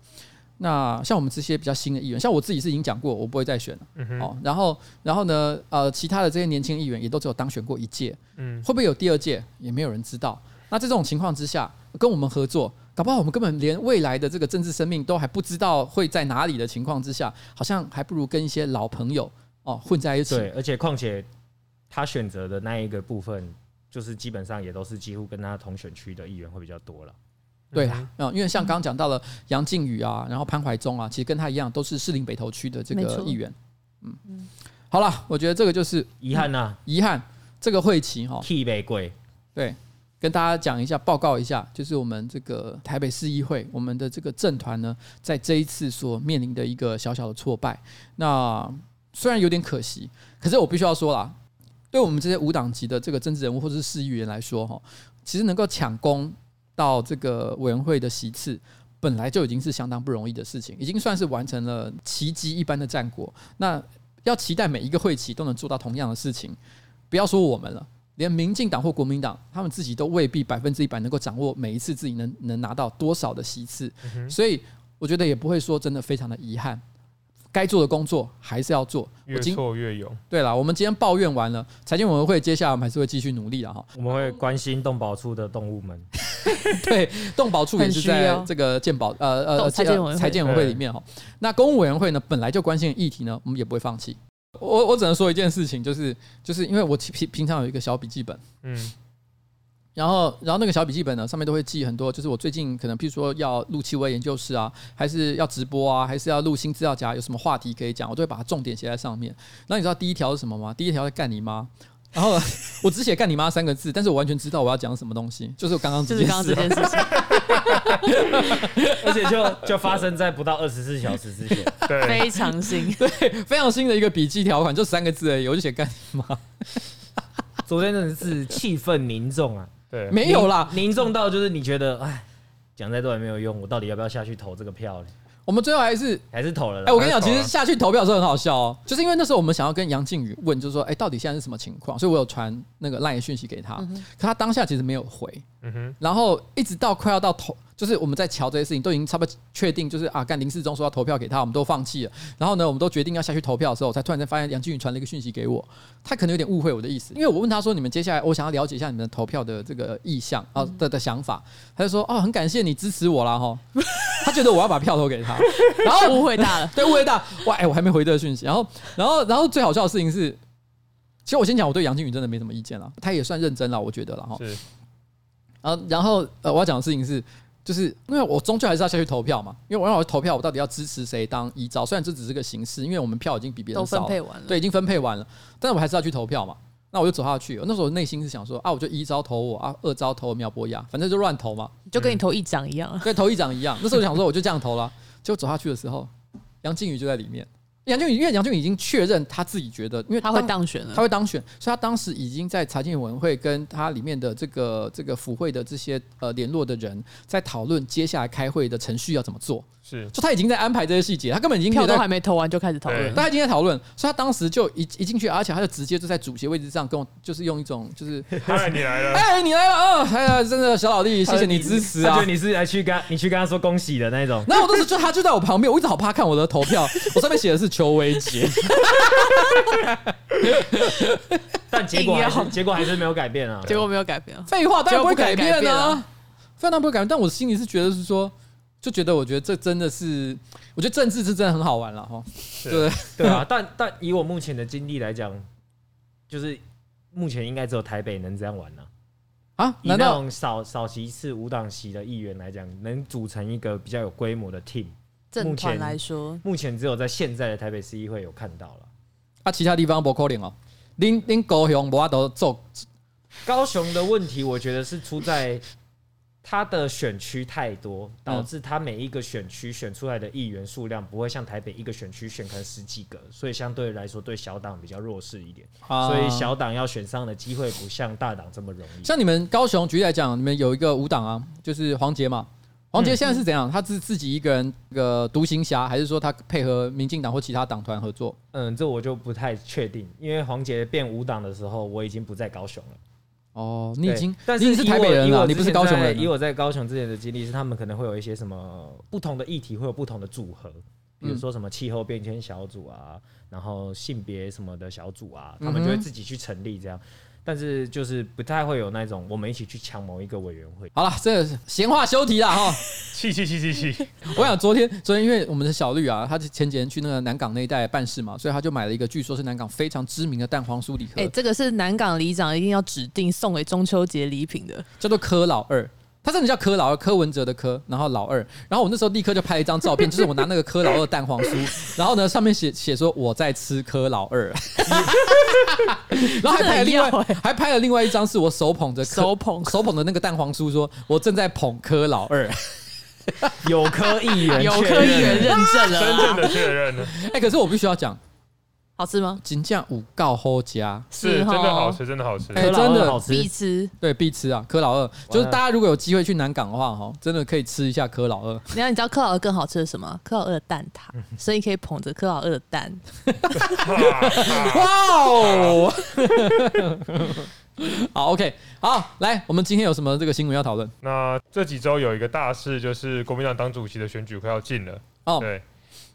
S3: 那像我们这些比较新的议员，像我自己是已经讲过，我不会再选了。
S2: 嗯哼，
S3: 哦，然后，然后呢？呃，其他的这些年轻议员也都只有当选过一届，
S2: 嗯，
S3: 会不会有第二届？也没有人知道。那在这种情况之下，跟我们合作，搞不好我们根本连未来的这个政治生命都还不知道会在哪里的情况之下，好像还不如跟一些老朋友哦混在一起。
S4: 对，而且况且他选择的那一个部分，就是基本上也都是几乎跟他同选区的议员会比较多了。
S3: 对啦，嗯，因为像刚刚讲到了杨靖宇啊，然后潘怀忠啊，其实跟他一样都是士林北投区的这
S1: 没
S3: 个
S1: 错
S3: 议员。嗯
S1: 嗯
S3: 好了，我觉得这个就是
S4: 遗憾呐、啊，
S3: 遗憾，这个会期哈、
S4: 替北贵
S3: 对，跟大家讲一下，报告一下，就是我们这个台北市议会，我们的这个政团呢，在这一次所面临的一个小小的挫败。那虽然有点可惜，可是我必须要说啦，对我们这些无党籍的这个政治人物或者是市议员来说，哈，其实能够抢攻到这个委员会的席次。本来就已经是相当不容易的事情，已经算是完成了奇迹一般的战果。那要期待每一个会期都能做到同样的事情，不要说我们了，连民进党或国民党，他们自己都未必百分之一百能够掌握每一次自己能能拿到多少的席次，所以我觉得也不会说真的非常的遗憾，该做的工作还是要做。我
S2: 越
S3: 今
S2: 挫越勇。
S3: 对了，我们今天抱怨完了，财经委员会接下来我们还是会继续努力的 哈。
S4: 我们会关心动保处的动物们。
S3: 对，动保处也是
S1: 很需要
S3: 在这个健保呃呃
S1: 动财建委
S3: 呃
S1: 会
S3: 财建委会里面哈。那公务委员会呢，本来就关心的议题呢，我们也不会放弃。我我只能说一件事情，就是就是因为我平平常有一个小笔记本。
S2: 嗯，
S3: 然后，然后那个小笔记本呢，上面都会记很多，就是我最近可能，譬如说要录气味研究室啊，还是要直播啊，还是要录新资料夹，有什么话题可以讲，我都会把它重点写在上面。那你知道第一条是什么吗？第一条是干你妈。然后我只写“干你妈”三个字，但是我完全知道我要讲什么东西，就是我刚刚这
S1: 就是
S3: 件
S1: 刚刚
S3: 事
S1: 这
S3: 啊。
S1: 件事情，
S4: 而且就就发生在不到二十四小时之前，
S2: 对，
S1: 非常新。
S3: 非常新的一个笔记条款，就三个字而已，我就写“干你妈
S4: 昨天真的是气氛凝重 啊，”，
S2: 对，
S3: 没有啦。
S4: 凝，凝重到就是你觉得，哎，讲再多也没有用，我到底要不要下去投这个票呢？
S3: 我们最后还是
S4: 还是投了
S3: 哎、
S4: 啦。
S3: 我跟你讲，
S2: 还
S3: 其
S2: 是
S3: 实下去投票的时候很好笑哦，就是因为那时候我们想要跟杨靖宇问，就是说，哎、到底现在是什么情况？所以我有传那个赖的讯息给他，可他当下其实没有回，
S2: 嗯哼，
S3: 然后一直到快要到投，就是我们在瞧这些事情，都已经差不多确定，就是啊，干林世忠说要投票给他，我们都放弃了。然后呢，我们都决定要下去投票的时候，才突然间发现杨靖宇传了一个讯息给我，他可能有点误会我的意思，因为我问他说，你们接下来我想要了解一下你们的投票的这个意向啊的的想法，他就说哦，很感谢你支持我啦哈， 他觉得我要把票投给他， 然后
S1: 误会大了，
S3: 对，误会大。哇，哎、我还没回这个讯息。然后，然后，然后最好笑的事情是，其实我先讲，我对杨靖宇真的没什么意见了，啊他也算认真了，我觉得了哈。
S2: 是，
S3: 然后，然后呃，我要讲的事情是。就是因为我终究还是要下去投票嘛，因为我要投票，我到底要支持谁当一招？虽然这只是个形式，因为我们票已经比别
S1: 都
S3: 人
S1: 分
S3: 少了，
S1: 配完了。
S3: 对，已经分配完了，但是我还是要去投票嘛。那我就走下去了。那时候内心是想说啊，我就一招投我啊，二招投苗博雅，反正就乱投嘛，
S1: 就跟你投一掌一样啊，
S3: 跟投一掌一样。那时候我 想说，我就这样投了。结果走下去的时候，杨靖宇就在里面。杨靖宇因为杨靖宇已经确认他自己觉得，因为
S1: 他会
S3: 当
S1: 当选啊了
S3: 他。会当选，所以他当时已经在财经委员会跟他里面的这个这个府会的这些呃联络的人在讨论接下来开会的程序要怎么做。
S2: 是
S3: 就他已经在安排这些细节，他根本已经可
S1: 票
S3: 以
S1: 都
S3: 在
S1: 还没投完就开始讨
S2: 对
S1: 论，
S3: 大家今天讨论，所以他当时就一一进去，而且他就直接就在主席位置上跟我，就是用一种就是，
S2: 嗨，你来了，
S3: 哎，你来了啊、哎呀，真的小老弟，谢谢你支持
S4: 他
S3: 啊
S4: 觉得。你是来去跟他你去跟他说恭喜的那种。
S3: 然后我当时就他就在我旁边，我一直好怕看我的投票，我上面写的是邱威杰，
S4: 但结果 还
S1: 硬
S4: 是
S1: 要
S4: 结果还是没有改变啊。
S1: 结果没有改变。
S3: 废话当然不会
S1: 结果
S3: 改
S1: 不可以
S3: 变
S1: 改变
S3: 啊
S1: 啊，
S3: 非常不会改变。但我心里是觉得是说，就觉得我觉得这真的是，我觉得政治是真的很好玩了哈。对，
S4: 对啊，但但以我目前的经历来讲，就是目前应该只有台北能这样玩呢、
S3: 啊，
S4: 以那
S3: 难道
S4: 种少少席次、无党席的议员来讲，能组成一个比较有规模的 team，
S1: 正
S4: 目
S1: 团
S4: 前
S1: 来说，
S4: 目前只有在现在的台北市议会有看到了。
S3: 啊其他地方不可能哦？您您高雄无法都做
S4: 高雄的问题，我觉得是出在他的选区太多，导致他每一个选区选出来的议员数量不会像台北一个选区选可能十几个，所以相对来说对小党比较弱势一点，
S3: 啊，
S4: 所以小党要选上的机会不像大党这么容易。
S3: 像你们高雄举例来讲，你们有一个五党啊，就是黄杰嘛。黄
S4: 嗯
S3: 杰现在是怎样？他是自己一个人一个独行侠，还是说他配合民进党或其他党团合作？
S4: 嗯，这我就不太确定，因为黄杰变五党的时候，我已经不在高雄了。
S3: 哦，你已
S4: 对
S3: 经，
S4: 但
S3: 你
S4: 是
S3: 是台北人
S4: 以我以
S3: 了，
S4: 我
S3: 你不是
S4: 之前
S3: 高雄
S4: 在
S3: 人
S4: 以
S3: 了。
S4: 我在高雄之前的经历是，他们可能会有一些什么不同的议题，会有不同的组合，比如
S3: 嗯
S4: 说什么气候变迁小组啊，然后性别什么的小组啊，他们就会
S3: 嗯哼
S4: 自己去成立这样。但是就是不太会有那种我们一起去抢某一个委员会。
S3: 好了，这个闲话休题啦哈。
S2: 气气气气气，
S3: 我想昨天，昨天因为我们的小绿啊，他前几天去那个南港那一带办事嘛，所以他就买了一个据说是南港非常知名的蛋黄酥礼盒，
S4: 啊
S1: 哎、这个是南港里长一定要指定送给中秋节礼品的，
S3: 叫做柯老二。他真的叫柯老二，柯文哲的柯，然后老二。然后我那时候立刻就拍了一张照片，就是我拿那个柯老二蛋黄酥，然后呢上面写写说我在吃柯老二， 然后还拍了另
S1: 真
S3: 外、
S1: 的很要欸
S3: 还拍了另外一张是我手捧着柯
S1: 手捧
S3: 手捧的那个蛋黄酥，说我正在捧柯老二。
S4: 有科议员
S1: 有
S4: 确
S1: 科
S4: 认
S1: 议员认证了
S2: 真
S1: 啦，
S2: 正的确认 了，
S3: 哎、可是我必须要讲，
S1: 好吃吗？
S3: 金酱五告后加。
S2: 是真的好
S1: 齁，
S2: 吃，真的 好吃。
S3: 哎
S4: 柯老二
S3: 真的
S4: 好吃
S1: 必。吃。
S3: 对，必吃啊，柯老二就是
S4: 了
S3: 大家如果有机会去南港的话，哈，真的可以吃一下柯老二。
S1: 然后你知道柯老二更好吃的是什 么？柯老二的蛋挞，所以可以捧着柯老二的蛋。
S2: 啊
S3: 哇哦！ 好，OK，好，来，我们今天有什么这个新闻要讨论？
S2: 那这几周有一个大事，就是国民党党主席的选举快要近了。
S3: 哦
S2: 对。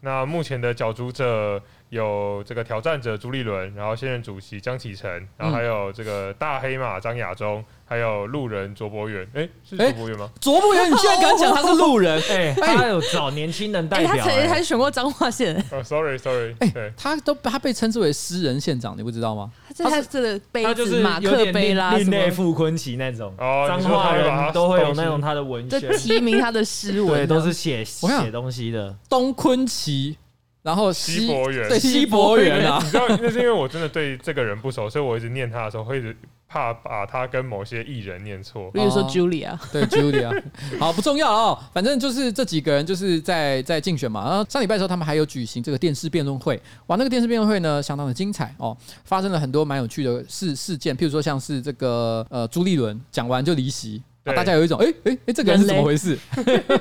S2: 那目前的角逐者有这个挑战者朱立伦，然后现任主席江启臣，然后还有这个大黑马张亚中，还有路人卓博远。哎、是
S3: 诶
S2: 卓博远吗？
S3: 卓博远，你居然敢讲他是 路人？
S4: 哎、他有找年轻人代
S1: 哎、他
S4: 表、
S1: 曾经
S4: 哎
S1: 还选过彰化县、
S2: 哦、s o r r y s o r r y
S3: 哎、
S2: 对，
S3: 他都他被称之为诗人县长，你不知道吗？
S1: 他这他这个杯
S4: 他就
S1: 子、
S4: 是
S1: 马
S4: 有
S1: 克
S4: 点
S1: 杯啦
S4: 另
S1: 什
S4: 另类
S1: 么，
S4: 傅昆奇那种，
S2: 哦
S4: 彰
S2: 你说他
S4: 化
S2: 会把他
S4: 人都会有那
S2: 东
S4: 种
S2: 西
S4: 他的文
S1: 就
S4: 学，
S1: 提名他的诗文
S4: 对，
S1: 啊，
S4: 都是写
S3: 我想
S4: 写东西的。
S3: 东昆奇，然后
S2: 西博远
S3: 对，西博远啊
S2: 你，知道，那是因为我真的对这个人不熟，所以我一直念他的时候，会一直怕把他跟某些艺人念错。
S1: 例如说
S3: 哦
S1: Julia，
S3: 对，Julia，好不重要哦，反正就是这几个人就是在在竞选嘛。然后上礼拜的时候，他们还有举行这个电视辩论会，哇，那个电视辩论会呢相当的精彩哦，发生了很多蛮有趣的事事件，譬如说像是这个呃朱立伦讲完就离席，啊、
S2: 对
S3: 大家有一种哎哎哎这个人
S1: 人
S3: 是怎
S1: 嘞
S3: 么回事？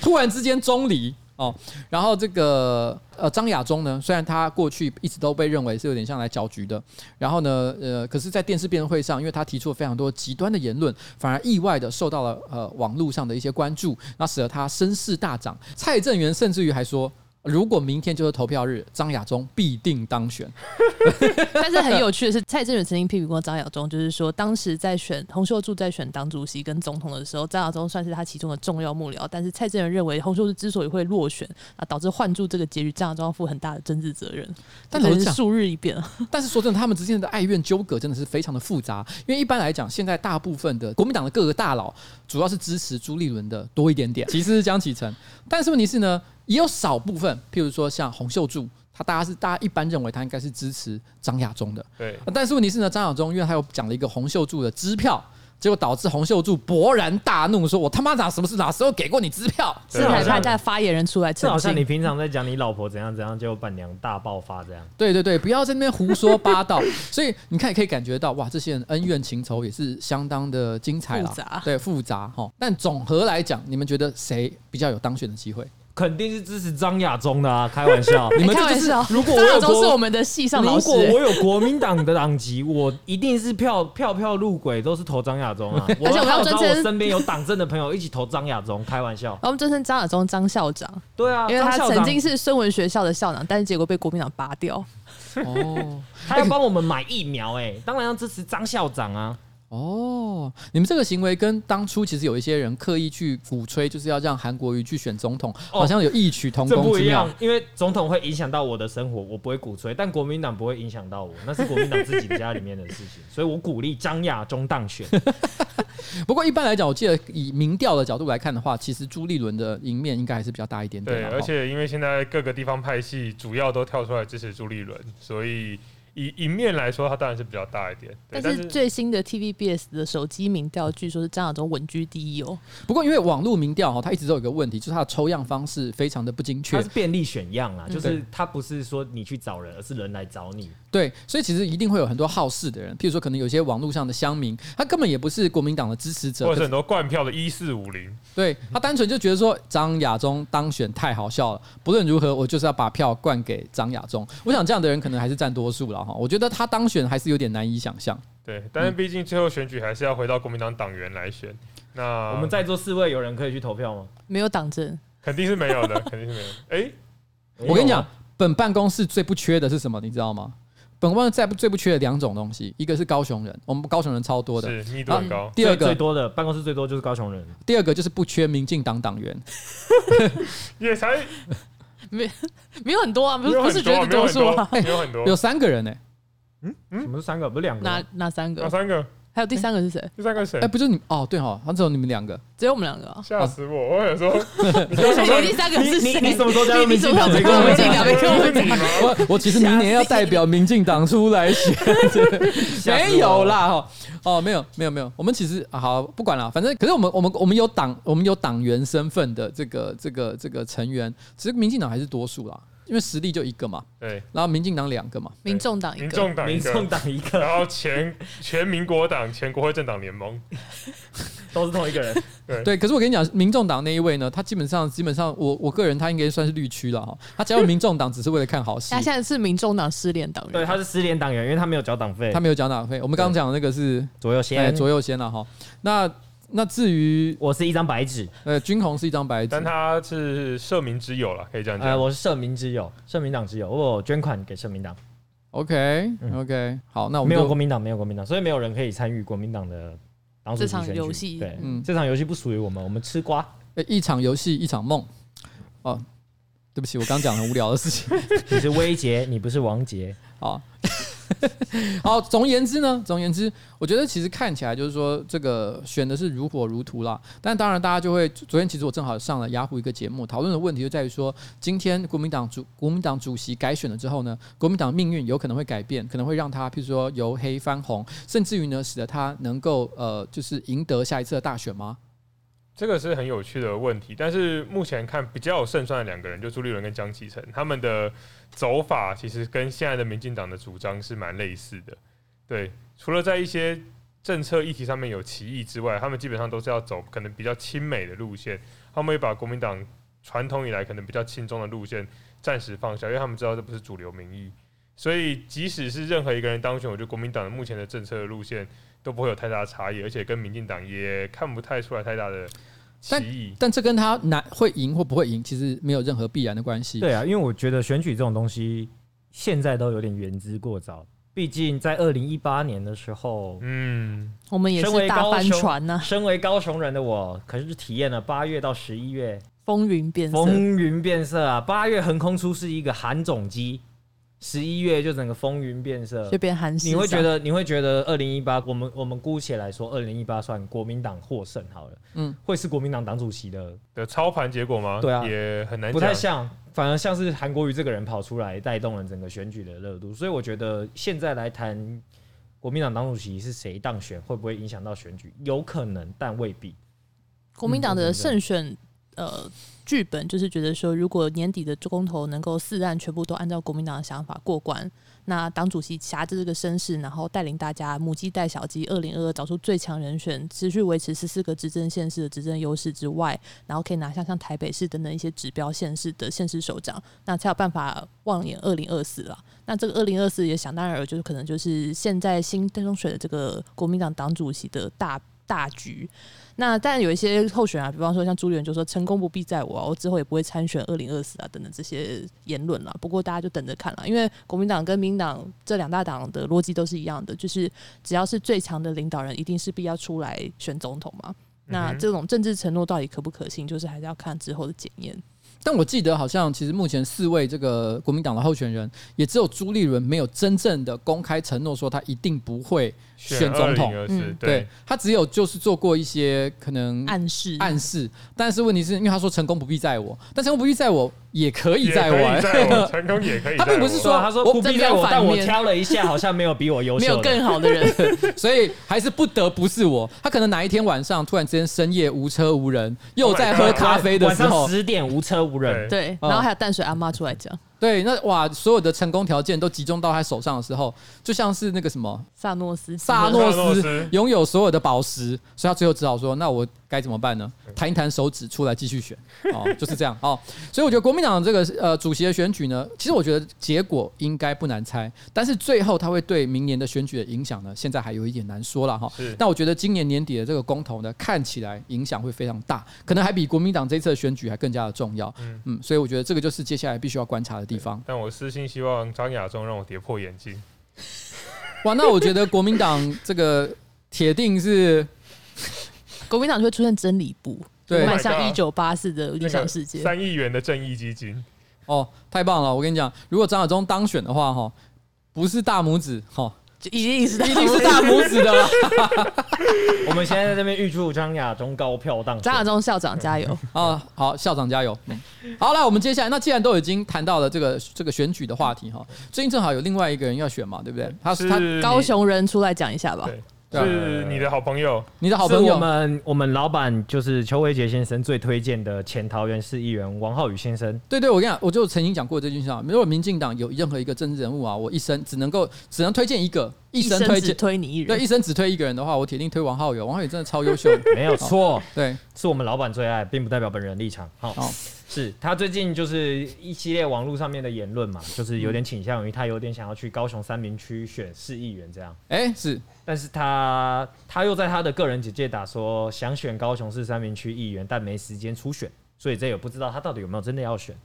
S3: 突然之间中离哦，然后这个呃张亚中呢，虽然他过去一直都被认为是有点像来搅局的，然后呢，呃，可是，在电视辩论会上，因为他提出了非常多极端的言论，反而意外的受到了呃网络上的一些关注，那使得他声势大涨。蔡正元甚至于还说，如果明天就是投票日，张亚中必定当选。
S1: 但是很有趣的是，蔡正元曾经批评过张亚中，就是说当时在选洪秀柱在选党主席跟总统的时候，张亚中算是他其中的重要幕僚。但是蔡正元认为洪秀柱之所以会落选啊，导致换柱这个结局，张亚中要负很大的政治责任。
S3: 但
S1: 这
S3: 老实
S1: 真是
S3: 讲
S1: 数日一 变啊，
S3: 但是说真的，他们之间的爱怨纠葛真的是非常的复杂，因为一般来讲，现在大部分的国民党的各个大佬，主要是支持朱立伦的多一点点，其次是江启臣。但是问题是呢，也有少部分，譬如说像洪秀柱，他大家是大家一般认为他应该是支持张亚中的。
S2: 对，
S3: 但是问题是呢，张晓忠因为他又讲了一个洪秀柱的支票，结果导致洪秀柱勃然大怒，说我他妈哪什么是哪时候给过你支票？
S2: 对
S1: 是
S2: 好
S1: 还
S2: 像
S1: 派他的发言人出来
S4: 啊这
S1: 澄
S4: 好像你
S1: 清。
S4: 平常在讲你老婆怎样怎样，就伴娘大爆发这样。
S3: 对对对，不要在那边胡说八道。 所以你看，也可以感觉到哇，这些人恩怨情仇也是相当的精彩啦，
S1: 复杂
S3: 对复杂哈。但总和来讲，你们觉得谁比较有当选的机会？
S4: 肯定是支持张亚中的啊，开玩 笑。
S3: 你们
S1: 开
S3: 这
S1: 玩
S3: 就是
S1: 笑，
S4: 如果我
S1: 张亚
S4: 有
S1: 中是我
S4: 国，
S1: 们的系上老
S4: 如
S1: 师、
S4: 果
S1: 欸
S4: 我有国民党的党籍，我一定是票票票入轨，都是投张亚中 啊。我
S1: 而且我们要
S4: 还有找
S1: 尊
S4: 我
S1: 称
S4: 身边有党政的朋友一起投张亚中，开玩笑。
S1: 然后我们尊称张亚中张校长，
S4: 对啊，
S1: 因为他
S4: 张校
S1: 曾
S4: 长
S1: 经是孙文学校的校长，但是结果被国民党拔掉。
S3: 哦
S4: 他要帮我们买疫苗、哎，当然要支持张校长啊。
S3: 哦，你们这个行为跟当初其实有一些人刻意去鼓吹，就是要让韩国瑜去选总统，好像有异曲同
S4: 这
S3: 工
S4: 不
S3: 之
S4: 一
S3: 妙
S4: 样。，因为总统会影响到我的生活，我不会鼓吹，但国民党不会影响到我，那是国民党自己家里面的事情，所以我鼓励张亚中当选。
S3: 不过一般来讲，我记得以民调的角度来看的话，其实朱立伦的赢面应该还是比较大一
S4: 嗯
S3: 点点
S2: 对，
S3: 啦。
S2: 而
S3: 哦
S2: 且因为现在各个地方派系主要都跳出来支持朱立伦，所以以赢面来说，他当然是比较大一点。对
S1: 但是最新的 TVBS 的手机民调，据说是张亚中稳居第一哦。
S3: 不过因为网络民调哈，它一直都有一个问题，就是它的抽样方式非常的不精确嗯
S4: 它是。便利选样啊啦，就
S3: 对
S4: 是它不是说你去找人，而是人来找你。
S3: 对，所以其实一定会有很多好事的人，譬如说可能有些网络上的乡民，他根本也不是国民党的支持者，
S2: 或
S3: 可
S2: 者
S3: 是
S2: 是很多灌票的一四五零，
S3: 对他单纯就觉得说张亚中当选太好笑了，不论如何我就是要把票灌给张亚中。我想这样的人可能还是占多数了哈，我觉得他当选还是有点难以想象。
S2: 对，但是
S4: 嗯
S2: 毕竟最后选举还是要回到国民党党员来选。那
S4: 我们在座四位有人可以去投票吗？
S1: 没有党政，
S2: 肯定是没有的，肯定是没有的。哎、
S3: 我跟你
S4: 有
S3: 讲
S4: 啊吗，，
S3: 本办公室最不缺的是什么，你知道吗？本办公室最不最不缺的两种东西，一个是高雄人，我们高雄人超多的。
S2: 是
S4: 啊
S2: 密度很高，
S3: 第二
S4: 最最
S3: 个，
S4: 多的办公室最多就是高雄人，
S3: 第二个就是不缺民进党党员，
S4: 嗯
S2: 也才
S1: 没有很多啊，不
S2: 没
S1: 是
S2: 有
S1: 不是绝
S2: 很多啊，
S1: 对
S2: 没有
S1: 多
S2: 很
S1: 数啊
S2: 多。，没有很
S4: 哦
S2: 多
S3: 有，三个人呢、嗯
S4: 什么是三个？不是两个
S1: 哪
S4: 吗？
S1: 哪三个
S2: 哪？三个？
S1: 还有第三个是谁？
S2: 第三个谁
S3: 哎、？不就是你哦，对哦，好像只有你们两个。
S1: 只有我们两个啊。
S2: 吓死我！我想 说，你刚刚
S1: 所
S2: 想说
S1: 以第三个
S4: 你
S1: 是谁？
S4: 你你什么时候加入
S1: 你
S4: 民
S1: 你什
S4: 进
S1: 么时
S4: 党？
S1: 候加入
S4: 没跟我们
S1: 民
S4: 讲
S1: 进党？没跟我们 讲。
S2: 讲。
S3: 我我其实明年要代表民进党出来选，
S4: 吓死我 了
S3: 没有啦，哦哦，没有没有没有，我们其实、啊、好不管了，反正可是我们我们我们有党我们有党员身份的这个这个这个成员，其实民进党还是多数啦，因为实力就一个嘛，
S2: 对，
S3: 然后民进党两个嘛，
S1: 民众党一
S2: 民
S1: 个，
S2: 众党一
S4: 民众
S2: 个，
S4: 党一个
S2: 然后前全民国党、前国会政党联盟，
S4: 都是同一个 人，
S3: 对，可是我跟你讲，民众党那一位呢，他基本上基本上我我个人他应该算是绿区了哈，他加入民众党只是为了 看好戏
S1: 他，现在是民众党失联党员。
S4: 对，他是失联党员，因为他没有交党费
S3: 他。没有讲党费，我们刚刚讲的那个是
S4: 左右
S3: 哎
S4: 先，
S3: 左右先了哈，那那至于
S4: 我是一张白纸，
S3: 呃军红是一张白纸
S2: 但。他是社民之友啦，可以这样
S4: 呃，
S2: 讲。
S4: 我是社民之友，社民党之友，我有捐款给社民党，
S3: OK OK，、好，那我
S4: 没
S3: 们
S4: 有
S3: 就
S4: 国民党，没有国民党，所以没有人可以参与国民党的党主席
S1: 这场
S4: 选举
S1: 游戏
S4: 对，
S3: 嗯
S4: 这场游戏不属于我们，我们 吃瓜。
S3: 诶一场游戏一场梦。哦，对不起，我刚讲很无聊的事情。
S4: 你是威杰，你不是王杰。
S3: 好， 好，总而言之呢，总而言之，我觉得其实看起来就是说这个选的是如火如荼啦。但当然，大家就会昨天其实我正好上了雅虎一个节目，讨论的问题就在于说，今天国民党主国民党主席改选了之后呢，国民党命运有可能会改变，可能会让他譬如说由黑翻红，甚至于呢使得他能够呃就是赢得下一次的大选吗？
S2: 这个是很有趣的问题，但是目前看比较有胜算的两个人，就朱立伦跟江启臣，他们的走法其实跟现在的民进党的主张是蛮类似的。对，除了在一些政策议题上面有歧义之外，他们基本上都是要走可能比较亲美的路线，他们也把国民党传统以来可能比较亲中的路线暂时放下，因为他们知道这不是主流民意。所以，即使是任何一个人当选，我觉得国民党目前的政策路线都不会有太大的差异，而且跟民进党也看不太出来太大的歧义。
S3: 但这跟他难会赢或不会赢，其实没有任何必然的关系。
S4: 对啊，因为我觉得选举这种东西现在都有点言之过早，毕竟在二零一八年的时候，
S2: 嗯，
S1: 我们也
S4: 身
S1: 是
S4: 为
S1: 大
S4: 高
S1: 帆
S4: 雄
S1: 船啊呐、
S4: 身为高雄人的我，可是体验了八月到十一月
S1: 风云变色。
S4: 风云变色啊！八月横空出世一个韩总机，十一月就整个风云变色
S1: 就。变韩式，
S4: 你会觉得，你会觉得二零一八，我们我们姑且来说，二零一八算国民党获胜好了，
S3: 嗯
S4: 嗯，会是国民党党主席的
S2: 的操盘结果吗？
S4: 对啊
S2: 也很难
S4: 不太
S2: 讲。
S4: 像，反而像是韩国瑜这个人跑出来带动了整个选举的热度，所以我觉得现在来谈国民党党主席是谁当选，会不会影响到选举？有可能，但未必。
S1: 国民党的胜选呃剧本，就是觉得说，如果年底的公投能够四案全部都按照国民党的想法过关，那党主席挟着这个身世，然后带领大家母鸡带小鸡，二零二二找出最强人选，持续维持十四个执政县市的执政优势之外，然后可以拿下像台北市等等一些指标县市的县市首长，那才有办法望眼二零二四啦。那这个二零二四也想当然尔，就是可能就是现在新中水的这个国民党党主席的大大局。那但有一些候选人、啊，比方说像朱立伦就说“成功不必在我、啊，我之后也不会参选二零二四啊”等等这些言论啦。不过大家就等着看了，因为国民党跟民党这两大党的逻辑都是一样的，就是只要是最强的领导人，一定势必要出来选总统嘛。那
S2: 嗯哼
S1: 这种政治承诺到底可不可信，就是还是要看之后的检验。
S3: 但我记得好像其实目前四位这个国民党的候选人，也只有朱立伦没有真正的公开承诺说他一定不会选总统，
S2: 二
S1: 嗯
S2: 对，
S3: 他只有就是做过一些可能
S1: 暗示
S3: 嗯暗示，但是问题是因为他说成功不必在我，但成功不必在我也可以在我，
S2: 也可 以在我成功也可以在我，
S3: 他并不是
S4: 对
S3: 说
S4: 啊，他说
S3: 我
S4: 不
S1: 真
S4: 必
S1: 没
S4: 在
S1: 有
S4: 我，
S1: 反
S4: 但我
S1: 面
S4: 挑了一下，好像没有比我优
S1: 没
S4: 秀
S1: 有
S4: 的。
S1: 更好的人，
S3: 所以还是不得不是我。他可能哪一天晚上突然之间深夜无车无人，又
S2: Oh my
S3: 在喝
S2: God
S3: 咖啡的
S4: 晚
S3: 时
S4: 上
S3: 候，
S4: 十点无车无人，
S2: 对
S1: 对。
S3: 哦
S1: 然后还有淡水阿妈出来讲
S3: 对，那哇，所有的成功条件都集中到他手上的时候，就像是那个什么
S1: 萨诺斯基
S3: 萨
S2: 诺
S3: 诺斯
S2: 斯
S3: 拥有所有的宝石，所以他最后只好说：“那我该怎么办呢？弹一弹手指出来继续选。” 哦，就是这样哦。所以我觉得国民党这个呃主席的选举呢，其实我觉得结果应该不难猜，但是最后他会对明年的选举的影响呢，现在还有一点难说了哈、
S2: 是
S3: 但我觉得今年年底的这个公投呢，看起来影响会非常大，可能还比国民党这次的选举还更加的重要。嗯
S2: 嗯
S3: 所以我觉得这个就是接下来必须要观察的地方。
S2: 但我私心希望张亚中让我跌破眼镜。
S3: 哇，那我觉得国民党这个铁定 是。
S1: 国民党就会出现真理部，
S3: 对
S1: 就迈
S2: Oh my
S1: 向一
S2: God
S1: 九八四的理
S2: 那
S1: 想
S2: 个
S1: 世界。
S2: 三亿元的正义基金，
S3: 哦，太棒了！我跟你讲，如果张亚中当选的话，哈，不是大拇指，哈，
S1: 就一定是
S3: 一定是大拇指 的啦。
S4: 我们现在在这边预祝张亚中高票当选
S1: 张亚中校长加油！
S3: 啊，好，校长加油！嗯好了，我们接下来，那既然都已经谈到了这个这个选举的话题哈，最近正好有另外一个人要选嘛，对不对？ 他
S2: 是
S3: 他
S2: 你
S1: 高雄人出来讲一下吧。
S2: 对，
S3: 对啊
S2: 是你的好朋 友，
S3: 你的好
S4: 是
S3: 朋
S4: 我
S3: 友
S4: 们我们老板就是邱维杰先生最推荐的前桃园市议员王浩宇先生，
S3: 对对，我跟你讲，我就曾经讲过这件事啊。如果民进党有任何一个政治人物啊，我一生只能够只能推荐一个，一生推
S1: 只
S3: 荐
S1: 推你一
S3: 对
S1: 人，
S3: 一生只推一个人的话，我铁定推王浩宇。王浩宇真的超优秀 的，
S4: 没有错，
S3: 对，
S4: 是我们老板最爱，并不代表本人立场。好，
S3: 好
S4: 是他最近就是一系列网络上面的言论嘛，就是有点倾向于他有点想要去高雄三明区选市议员这样，
S3: 哎是
S4: 但是他他又在他的个人简介打说想选高雄市三明区议员，但没时间初选，所以这也不知道他到底有没有真的要选。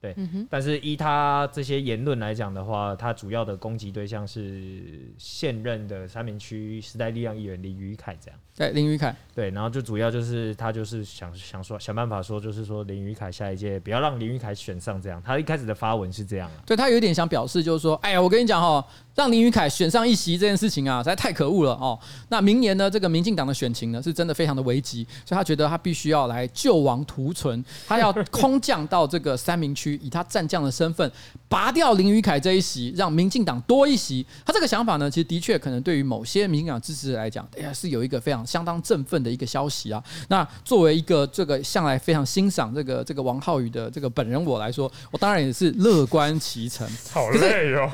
S4: 对，但是依他这些言论来讲的话，他主要的攻击对象是现任的三明区时代力量议员林宇凯这样。
S3: 对林宇凯，
S4: 对，然后就主要就是他就是想想说想办法说，就是说林宇凯下一届不要让林宇凯选上这样。他一开始的发文是这样啊，
S3: 对他有一点想表示，就是说，哎呀，我跟你讲哦，让林宇凯选上一席这件事情啊，实在太可恶了哦。那明年呢，这个民进党的选情呢，是真的非常的危急，所以他觉得他必须要来救亡图存，他要空降到这个三明区，以他战将的身份拔掉林宇凯这一席，让民进党多一席。他这个想法呢，其实的确可能对于某些民进党支持者来讲，哎呀，是有一个非常相当振奋的一个消息啊。那作为一个这个向来非常欣赏这个这个王浩宇的这个本人我来说，我当然也是乐观其 成。
S2: 好累哦，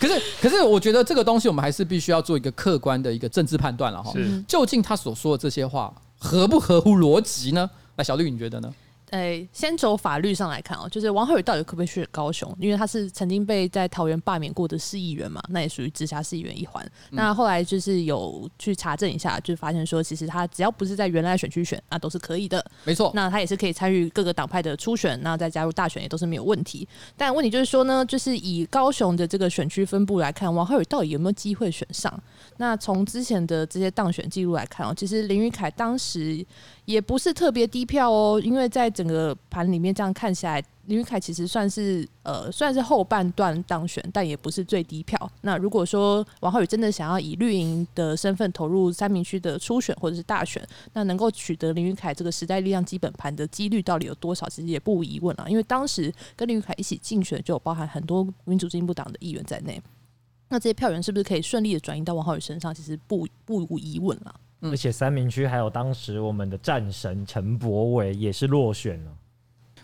S3: 可是，可是，我觉得这个东西我们还是必须要做一个客观的一个政治判断了哈。
S1: 嗯
S2: 是
S3: 究竟他所说的这些话合不合乎逻辑呢？那小绿，你觉得呢？
S1: 哎、先走法律上来看哦，就是王浩宇到底可不可以去高雄？因为他是曾经被在桃园罢免过的市议员嘛，那也属于直辖市议员一环。那后来就是有去查证一下，就发现说，其实他只要不是在原来选区选，那都是可以的。
S3: 没错，
S1: 那他也是可以参与各个党派的初选，那再加入大选也都是没有问题。但问题就是说呢，就是以高雄的这个选区分布来看，王浩宇到底有没有机会选上？那从之前的这些当选记录来看哦，其实林宇凯当时也不是特别低票哦，因为在整个盘里面这样看下来，林宇凯其实算是呃算是后半段当选，但也不是最低票。那如果说王浩宇真的想要以绿营的身份投入三明区的初选或者是大选，那能够取得林宇凯这个时代力量基本盘的几率到底有多少，其实也不无疑问了。因为当时跟林宇凯一起竞选，就有包含很多民主进步党的议员在内。那这些票源是不是可以顺利的转移到王浩宇身上，其实不不无疑问了。
S3: 嗯
S4: 而且三明区还有当时我们的战神陈柏伟也是落选了。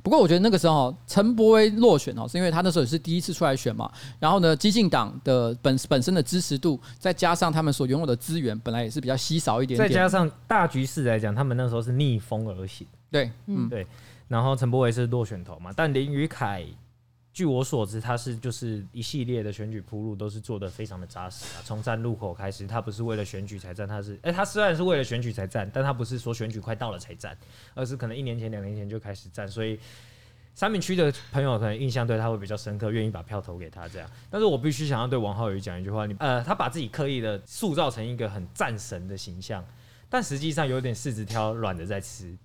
S3: 不过我觉得那个时候哦陈柏威落选哦，是因为他那时候也是第一次出来选嘛。然后呢，激进党的本本身的支持度，再加上他们所拥有的资源，本来也是比较稀少一点
S4: 再
S3: 点。
S4: 加上大局势来讲，他们那时候是逆风而行，
S3: 对，嗯，
S4: 对然后陈柏伟是落选头嘛，但林宇凯。据我所知，他是就是一系列的选举铺路都是做的非常的扎实啊，从站路口开始，他不是为了选举才站，他是哎、他虽然是为了选举才站，但他不是说选举快到了才站，而是可能一年前、两年前就开始站，所以三明区的朋友可能印象对他会比较深刻，愿意把票投给他这样。但是我必须想要对王浩宇讲一句话，你呃，他把自己刻意的塑造成一个很战神的形象，但实际上有点柿子挑软的在吃。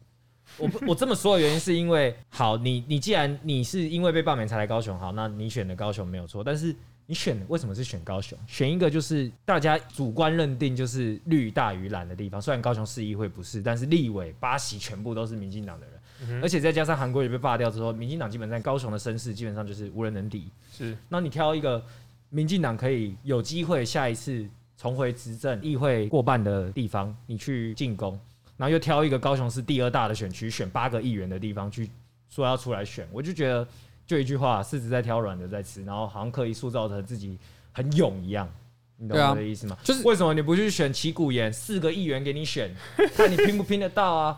S4: 我不我这么说的原因是因为，好，你你既然你是因为被罢免才来高雄，好，那你选的高雄没有错，但是你选为什么是选高雄？选一个就是大家主观认定就是绿大于蓝的地方，虽然高雄市议会不是，但是立委八席全部都是民进党的人。而且再加上韩国也被罢掉之后，民进党基本上高雄的声势基本上就是无人能敌。
S2: 是
S4: 那你挑一个民进党可以有机会下一次重回执政、议会过半的地方，你去进攻，然后又挑一个高雄市第二大的选区，选八个议员的地方去说要出来选，我就觉得就一句话，柿子在挑软的在吃，然后好像刻意塑造的自己很勇一样。你懂
S3: 对啊
S4: 我的意思吗？
S3: 就是
S4: 为什么你不去选旗鼓岩四个议员给你选，看你拼不拼得到啊？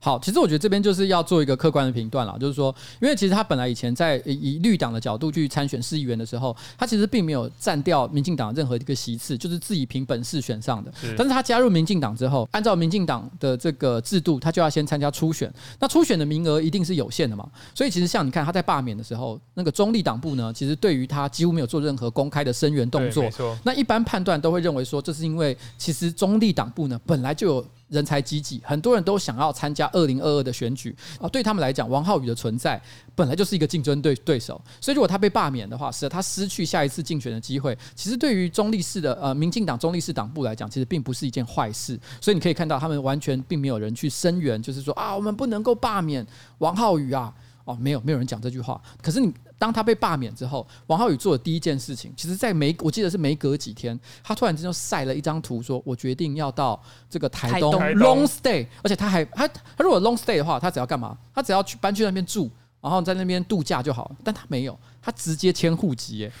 S3: 好，其实我觉得这边就是要做一个客观的评断啦，就是说，因为其实他本来以前在以以绿党的角度去参选市议员的时候，他其实并没有占掉民进党任何一个席次，就是自己凭本事选上的
S2: 是。
S3: 但是他加入民进党之后，按照民进党的这个制度，他就要先参加初选，那初选的名额一定是有限的嘛，所以其实像你看他在罢免的时候，那个中立党部呢，其实对于他几乎没有做任何公开的声援动
S2: 对
S3: 作
S2: 没，错，
S3: 那一般判断都会认为说，这是因为其实中立党部呢本来就有人才济济，很多人都想要参加二零二二的选举啊。对他们来讲，王浩宇的存在本来就是一个竞争对对手，所以如果他被罢免的话，使得他失去下一次竞选的机会。其实对于中立式的呃民进党中立式党部来讲，其实并不是一件坏事。所以你可以看到，他们完全并没有人去声援，就是说啊，我们不能够罢免王浩宇啊。哦，没有，没有人讲这句话。可是你当他被罢免之后，王浩宇做的第一件事情，其实在没我记得是没隔几天，他突然之间就晒了一张图说，我决定要到这个台东
S2: 台东
S3: long stay，而且他还他他如果 long stay 的话，他只要干嘛？他只要去搬去那边住。然后在那边度假就好了，但他没有，他直接迁户籍耶。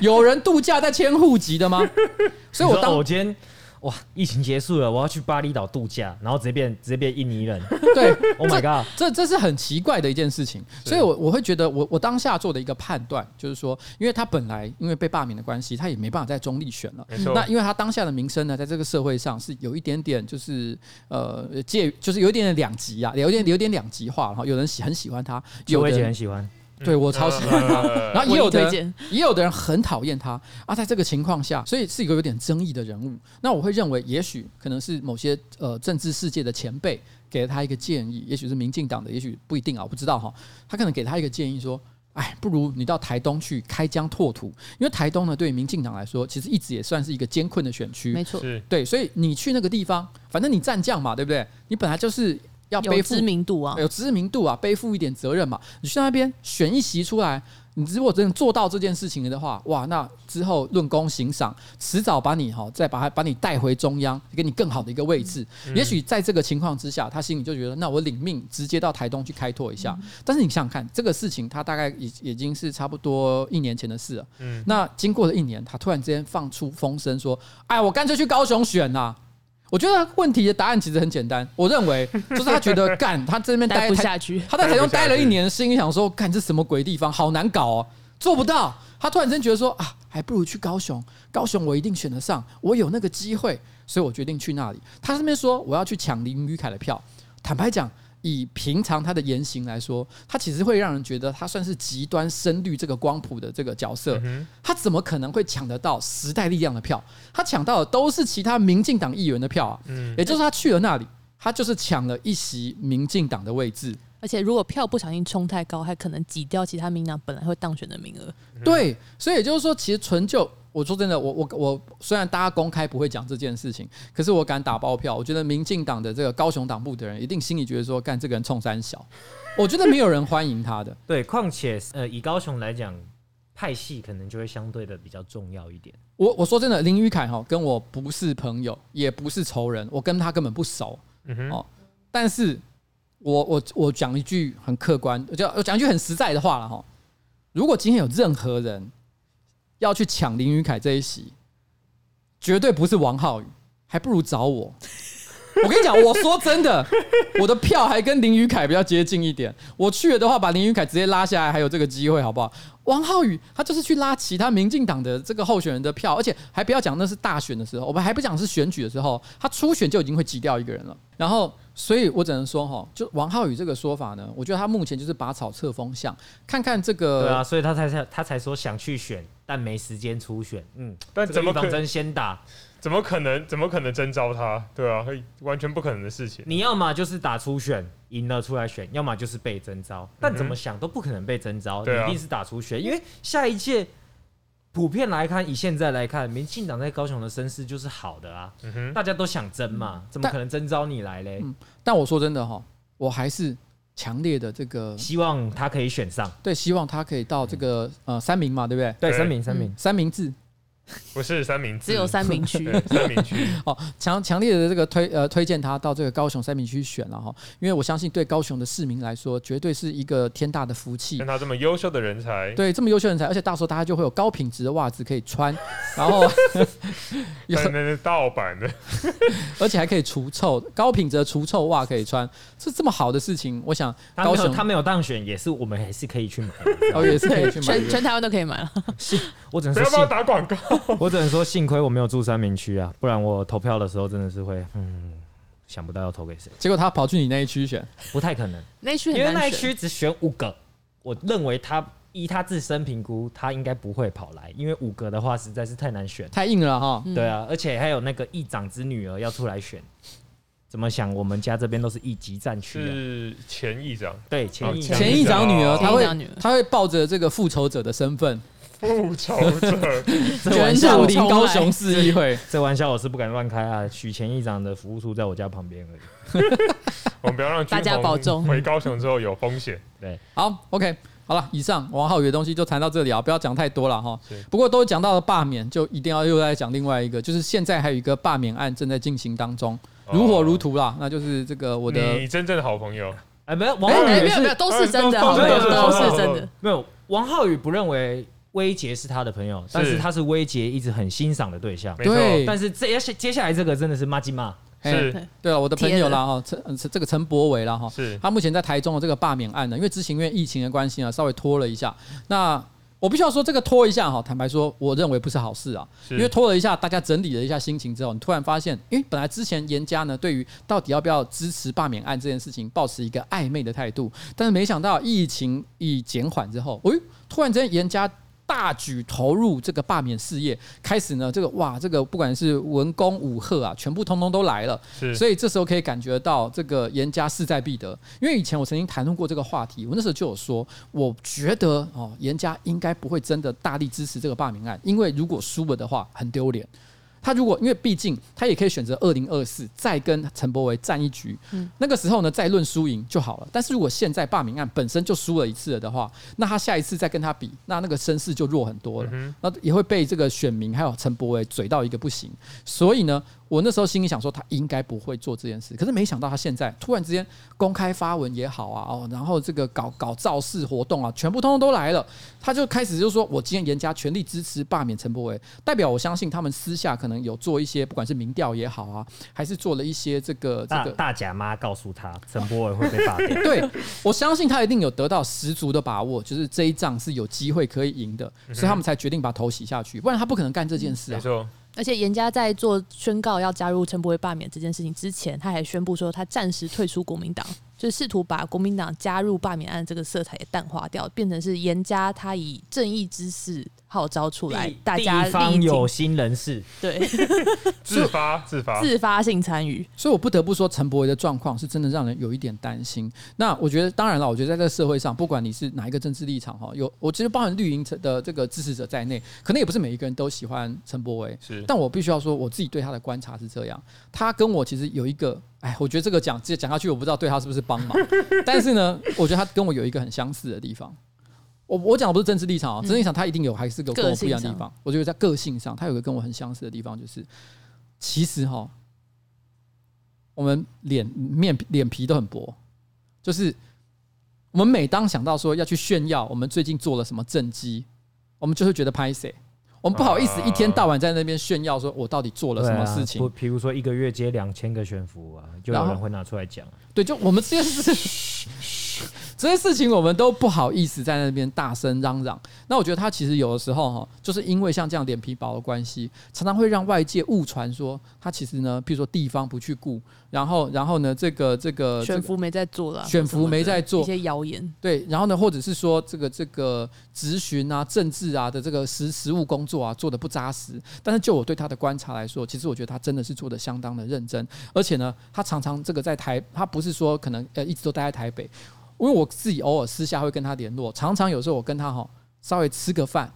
S3: 有人度假在迁户籍的吗？所以我
S4: 你
S3: 当
S4: 说哦我今天哇，疫情结束了，我要去巴厘岛度假，然后直接变直接变印尼人。
S3: 对
S4: Oh my god！
S3: 这这是很奇怪的一件事情，所以我我会觉得我我当下做的一个判断就是说，因为他本来因为被罢免的关系，他也没办法在中立选了。
S2: 没错，
S3: 那因为他当下的名声呢，在这个社会上是有一点点就是呃介，就是有一点点两极啊，有一点有一点两极化，然后有人喜很喜欢他，有
S4: 我
S3: 的
S4: 也
S3: 人
S4: 很喜欢，
S3: 对
S2: 嗯
S3: 我超喜欢他，
S2: 呃
S3: 然后也有的
S1: 我推
S3: 人
S1: 荐
S3: 也有的人很讨厌他啊，在这个情况下，所以是一个有点争议的人物。那我会认为，也许可能是某些呃政治世界的前辈给了他一个建议，也许是民进党的，也许不一定啊，我不知道哈。他可能给他一个建议说。哎，不如你到台东去开疆拓土，因为台东呢，对于民进党来说，其实一直也算是一个艰困的选区。
S1: 没错，
S2: 是
S3: 对，所以你去那个地方，反正你战将嘛，对不对？你本来就是要背
S1: 有
S3: 负
S1: 知名度啊，
S3: 有知名度啊，背负一点责任嘛。你去那边选一席出来，你如果真的做到这件事情的话，哇，那之后论功行赏，迟早把你哈再把它把你带回中央，给你更好的一个位置。也许在这个情况之下，他心里就觉得，那我领命直接到台东去开拓一下。但是你想想看，这个事情他大概已已经是差不多一年前的事了。
S2: 嗯
S3: 那经过了一年，他突然之间放出风声说：“哎，我干脆去高雄选啦、我觉得问题的答案其实很简单，我认为就是他觉得干他这边
S1: 待
S3: 待
S1: 不
S3: 台
S1: 下去。
S3: 他在台中待了一年，心里想说：“干这什么鬼地方，好难搞哦，做不到。”他突然间觉得说：“啊，还不如去高雄，高雄我一定选得上，我有那个机会。”所以我决定去那里。他这边说我要去抢林宇凯的票。坦白讲，以平常他的言行来说，他其实会让人觉得他算是极端深绿这个光谱的这个角
S1: 嗯
S3: 色。他怎么可能会抢得到时代力量的票？他抢到的都是其他民进党议员的票啊。
S1: 嗯
S3: 也就是他去了那里，他就是抢了一席民进党的位置。
S1: 而且如果票不小心冲太高，还可能挤掉其他民党本来会当选的名额。
S2: 嗯
S3: 对，所以也就是说，其实纯就我说真的，我我我虽然大家公开不会讲这件事情，可是我敢打包票，我觉得民进党的这个高雄党部的人一定心里觉得说，干这个人冲三小，我觉得没有人欢迎他的。
S4: 对，况且呃，以高雄来讲，派系可能就会相对的比较重要一点。
S3: 我我说真的，林宇凯哈跟我不是朋友，也不是仇人，我跟他根本不熟。
S2: 嗯哼，
S3: 哦但是我我我讲一句很客观，我讲我讲一句很实在的话了哈。如果今天有任何人要去抢林宇凯这一席，绝对不是王浩宇，还不如找我。我跟你讲，我说真的，我的票还跟林宇凯比较接近一点。我去了的话，把林宇凯直接拉下来，还有这个机会，好不好？王浩宇他就是去拉其他民进党的这个候选人的票，而且还不要讲那是大选的时候，我们还不讲是选举的时候，他初选就已经会挤掉一个人了。然后，所以我只能说哈，就王浩宇这个说法呢，我觉得他目前就是拔草测风向，看看这个
S4: 对啊，所以他才才他才说想去选，但没时间初选。嗯，
S2: 但
S4: 这个
S2: 怎
S4: 预
S2: 么可
S4: 防针先打，
S2: 怎么可能？怎么可能征召他？对啊，会完全不可能的事情。
S4: 你要么就是打初选赢了出来选，要么就是被征召。但怎么想都不可能被征召，
S2: 对啊
S4: 你一定是打初选，因为下一届普遍来看，以现在来看，民进党在高雄的声势就是好的啊，
S2: 嗯哼，
S4: 大家都想争嘛，怎么
S3: 但
S4: 可能征召你来嘞？
S3: 但我说真的哈，我还是强烈的这个
S4: 希望他可以选上。
S3: 对，希望他可以到这个
S4: 嗯
S3: 呃三明嘛，对不对？
S4: 对，嗯
S2: 对
S4: 三名三名，
S3: 三明治
S2: 不是三明治，
S1: 只有三明区
S2: 对三明区，
S3: 哦，强强烈的这个推呃推荐他到这个高雄三明区选了哈，因为我相信对高雄的市民来说，绝对是一个天大的福气
S4: 嗯
S2: 像。他这么优秀的人才，
S3: 对，这么优秀的人才，而且到时候大家就会有高品质的袜子可以 穿，然后有
S2: 那那是盗版 的，
S3: 而且还可以除臭，高品质的除臭袜可以穿，是这么好的事情，我想
S4: 他没
S3: 高
S4: 有
S3: 雄
S4: 他没有当选，也是我们还是可以去买的。
S3: 哦也是可以去买
S1: 全全台湾都可以买了。
S4: 我只能
S2: 不
S4: 说
S2: 要帮我
S4: 幸，
S2: 打广告。
S4: 我只能说幸亏我没有住三明区啊，不然我投票的时候真的是会，嗯，想不到要投给谁，
S3: 结果他跑去你那一区选，
S4: 不太可能。
S1: 那一区
S4: 因为
S1: 很
S4: 那
S1: 难
S4: 一
S1: 选，
S4: 区只选五个，我认为他依他自身评估，他应该不会跑来，因为五个的话实在是太难选。
S3: 太硬了哈。
S4: 对啊，而且还有那个议长之女儿要出来选，怎么想？我们家这边都是一级战区、啊，
S2: 是前议长，
S4: 对，前议
S2: 哦
S4: 长
S3: 前议长女儿，
S2: 前
S1: 议
S3: 她会
S1: 长女儿
S3: 她会抱着这个复仇者的身份，
S2: 复仇者，
S4: 这玩
S1: 卷
S4: 笑
S1: 土
S3: 林高雄市议会。
S4: 这玩笑我是不敢乱开啊。许前议长的服务处在我家旁边而已。
S2: 我们不要让
S1: 大家
S2: 军红
S1: 保重
S2: 回高雄之后有风险，
S4: 对，
S3: 好，OK，好了，以上王浩宇的东西就谈到这里啊，不要讲太多了哈
S2: 是。
S3: 不过都讲到了罢免，就一定要又再讲另外一个，就是现在还有一个罢免案正在进行当中，
S2: 哦
S3: 如火如荼啦。那就是这个 我的
S2: 你真正的好朋友，
S4: 哎，没有王浩宇
S1: 哎，
S4: 也
S1: 没有
S4: 是
S1: 没有，都是真的，
S2: 都
S1: 好
S2: 是
S1: 朋友
S2: 真的
S1: 都是
S2: 都是
S1: 真
S2: 真
S1: 的
S2: 的。
S4: 没有王浩宇不认为威杰是他的朋友，但是他是威杰一直很欣赏的对象。
S2: 没错，
S3: 对哎
S4: 但是这接下来这个真的是骂鸡骂。
S3: 嘿
S2: 是
S3: 对了，我的朋友啦哈，陈呃这个陈柏伟啦哈，
S2: 是，
S3: 他目前在台中的这个罢免案呢，因为知情院疫情的关系呢，稍微拖了一下。那我必须要说，这个拖一下哈，坦白说，我认为不是好事啊。
S2: 是
S3: 因为拖了一下，大家整理了一下心情之后，你突然发现，因为本来之前严家呢，对于到底要不要支持罢免案这件事情，抱持一个暧昧的态度，但是没想到疫情一减缓之后，哎，突然之间严家。大举投入这个罢免事业，开始呢，这个哇，这个不管是文工武赫啊，全部通通都来了。
S2: 是，
S3: 所以这时候可以感觉到这个严家势在必得，因为以前我曾经谈论过这个话题，我那时候就有说，我觉得哦，严家应该不会真的大力支持这个罢免案，因为如果输了的话很丢脸。他如果因为毕竟他也可以选择二零二四再跟陈柏维战一局，那个时候呢再论输赢就好了。但是如果现在罢免案本身就输了一次了的话，那他下一次再跟他比，那那个声势就弱很多了。
S2: 嗯
S3: 那也会被这个选民还有陈柏伟嘴到一个不行。所以呢，我那时候心里想说他应该不会做这件事，可是没想到他现在突然之间公开发文也好啊，哦，然后这个搞搞造势活动啊，全部通通都来了。他就开始就说我今天严加全力支持罢免陈柏伟，代表我相信他们私下可能有做一些不管是民调也好啊，还是做了一些这个这
S4: 大
S3: 个。。
S4: 大甲妈告诉他，陈柏伟会被罢掉
S3: 对，我相信他一定有得到十足的把握，就是这一仗是有机会可以赢的，所以他们才决定把头洗下去，不然他不可能干这件事
S2: 没
S3: 啊。
S2: 错，
S1: 而且严家在做宣告要加入陈柏惟罢免这件事情之前，他还宣布说他暂时退出国民党，就是试图把国民党加入罢免案这个色彩也淡化掉，变成是严家他以正义之势号召出来
S4: 地，
S1: 大家
S4: 地方
S1: 力
S4: 有
S1: 挺，
S4: 心人士，
S1: 对，
S2: 自发自发，
S1: 自发性参与。
S3: 所以我不得不说，陈柏惟的状况是真的让人有一点担心。那我觉得，当然了，我觉得在这个社会上，不管你是哪一个政治立场哈，有我其实包含绿营的这个支持者在内，可能也不是每一个人都喜欢陈柏惟。
S2: 是
S3: 但我必须要说，我自己对他的观察是这样，他跟我其实有一个，哎，我觉得这个讲 这讲下去，我不知道对他是不是帮忙，但是呢，我觉得他跟我有一个很相似的地方。我我讲的不是政治立场哦，政治立场他一定有还是有跟
S1: 嗯个
S3: 我不
S1: 性
S3: 一样的地
S1: 上
S3: 方。我觉得在个性上，他有个跟我很相似的地方，就是其实哈，我们脸面脸皮都很薄，就是我们每当想到说要去炫耀我们最近做了什么政绩，我们就会觉得拍谁。我们不好意思
S2: 啊
S3: 一天到晚在那边炫耀，说我到底做了
S4: 对
S3: 什么
S4: 啊
S3: 事情
S4: 不？比如说一个月接两千个悬浮啊，就有
S3: 然后嗯
S4: 人会拿出来讲。啊
S3: 对，就我们这件事， 这些事情我们都不好意思在那边大声嚷嚷。那我觉得他其实有的时候哈，就是因为像这样脸皮薄的关系，常常会让外界误传说他其实呢，譬如说地方不去顾，然后然后呢，这个这个这
S1: 选
S3: 个
S1: 服没在做了，
S3: 呃选服没在做
S1: 一些谣言，
S3: 对，然后呢，或者是说这个这个咨询啊、政治啊的这个实实务工作啊做的不扎实，但是就我对他的观察来说，其实我觉得他真的是做的相当的认真，而且呢，他常常这个在台，他不是说可能呃一直都待在台北，因为我自己偶尔私下会跟他联络，常常有时候我跟他哈稍微吃个饭。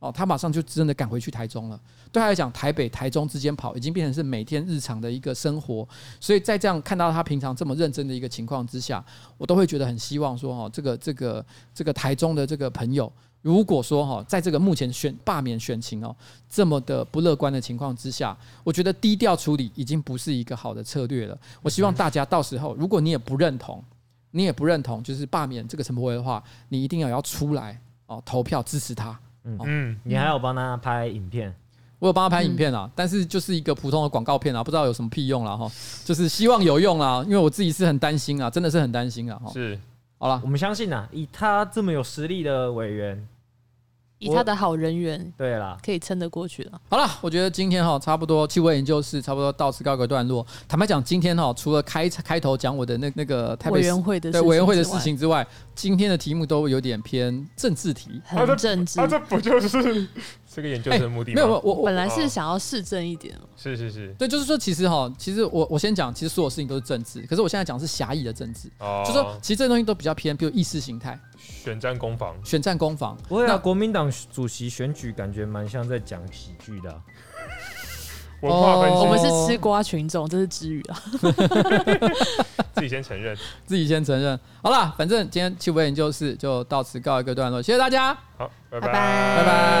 S3: 哦，他马上就真的赶回去台中了。对他来讲，台北、台中之间跑已经变成是每天日常的一个生活，所以在这样看到他平常这么认真的一个情况之下，我都会觉得很希望说哦哈，这个这个这个台中的这个朋友，如果说哈，在这个目前选罢免选情哦这么的不乐观的情况之下，我觉得低调处理已经不是一个好的策略了。我希望大家到时候，如果你也不认同，你也不认同就是罢免这个陈柏惟的话，你一定要要出来哦投票支持他。
S2: 嗯，
S4: 你还要帮他拍影片，
S3: 我有帮他拍影片啦，啊但是就是一个普通的广告片啊啦，不知道有什么屁用啦哈，就是希望有用啦，因为我自己是很担心啊，真的是很担心啊哈。
S2: 是
S3: 好啦
S4: 我，们相信啊，以他这么有实力的委员，
S1: 以他的好人缘
S4: 对啦，
S1: 可以撑得过去了。
S3: 好了，我觉得今天哈差不多气味研究室差不多到此告一个段落。坦白讲，今天哈除了开开头讲我的那那个台北
S1: 委
S3: 市
S1: 员会的
S3: 对委员会的事
S1: 之外，
S3: 情之外，今天的题目都有点偏政治题。
S2: 啊这
S1: 很政治
S2: 啊，。这不就是 这个研究生的目的吗？
S3: 哎没有，我我
S1: 本来是想要市政一
S3: 哦
S1: 点，
S2: 是是是，
S3: 对，就是说，其实哈，其实我我先讲，其实所有事情都是政治，可是我现在讲的是狭义的政治，
S2: 哦，
S3: 就说其实这东西都比较偏，比如意识形态、
S2: 选战攻防，
S3: 选战攻防。
S4: 不会啊，
S3: 那
S4: 国民党主席选举感觉蛮像在讲喜剧的啊、
S2: 文化分
S3: 哦
S1: 我们
S2: 析，
S1: 是吃瓜群众，这是之语啊。
S2: 自己先承认。
S3: 自己先承认。好啦，反正今天气味研究室就到此告一个段落，谢谢大家，
S2: 好，
S1: 拜
S2: 拜拜，
S1: 拜
S3: 拜拜。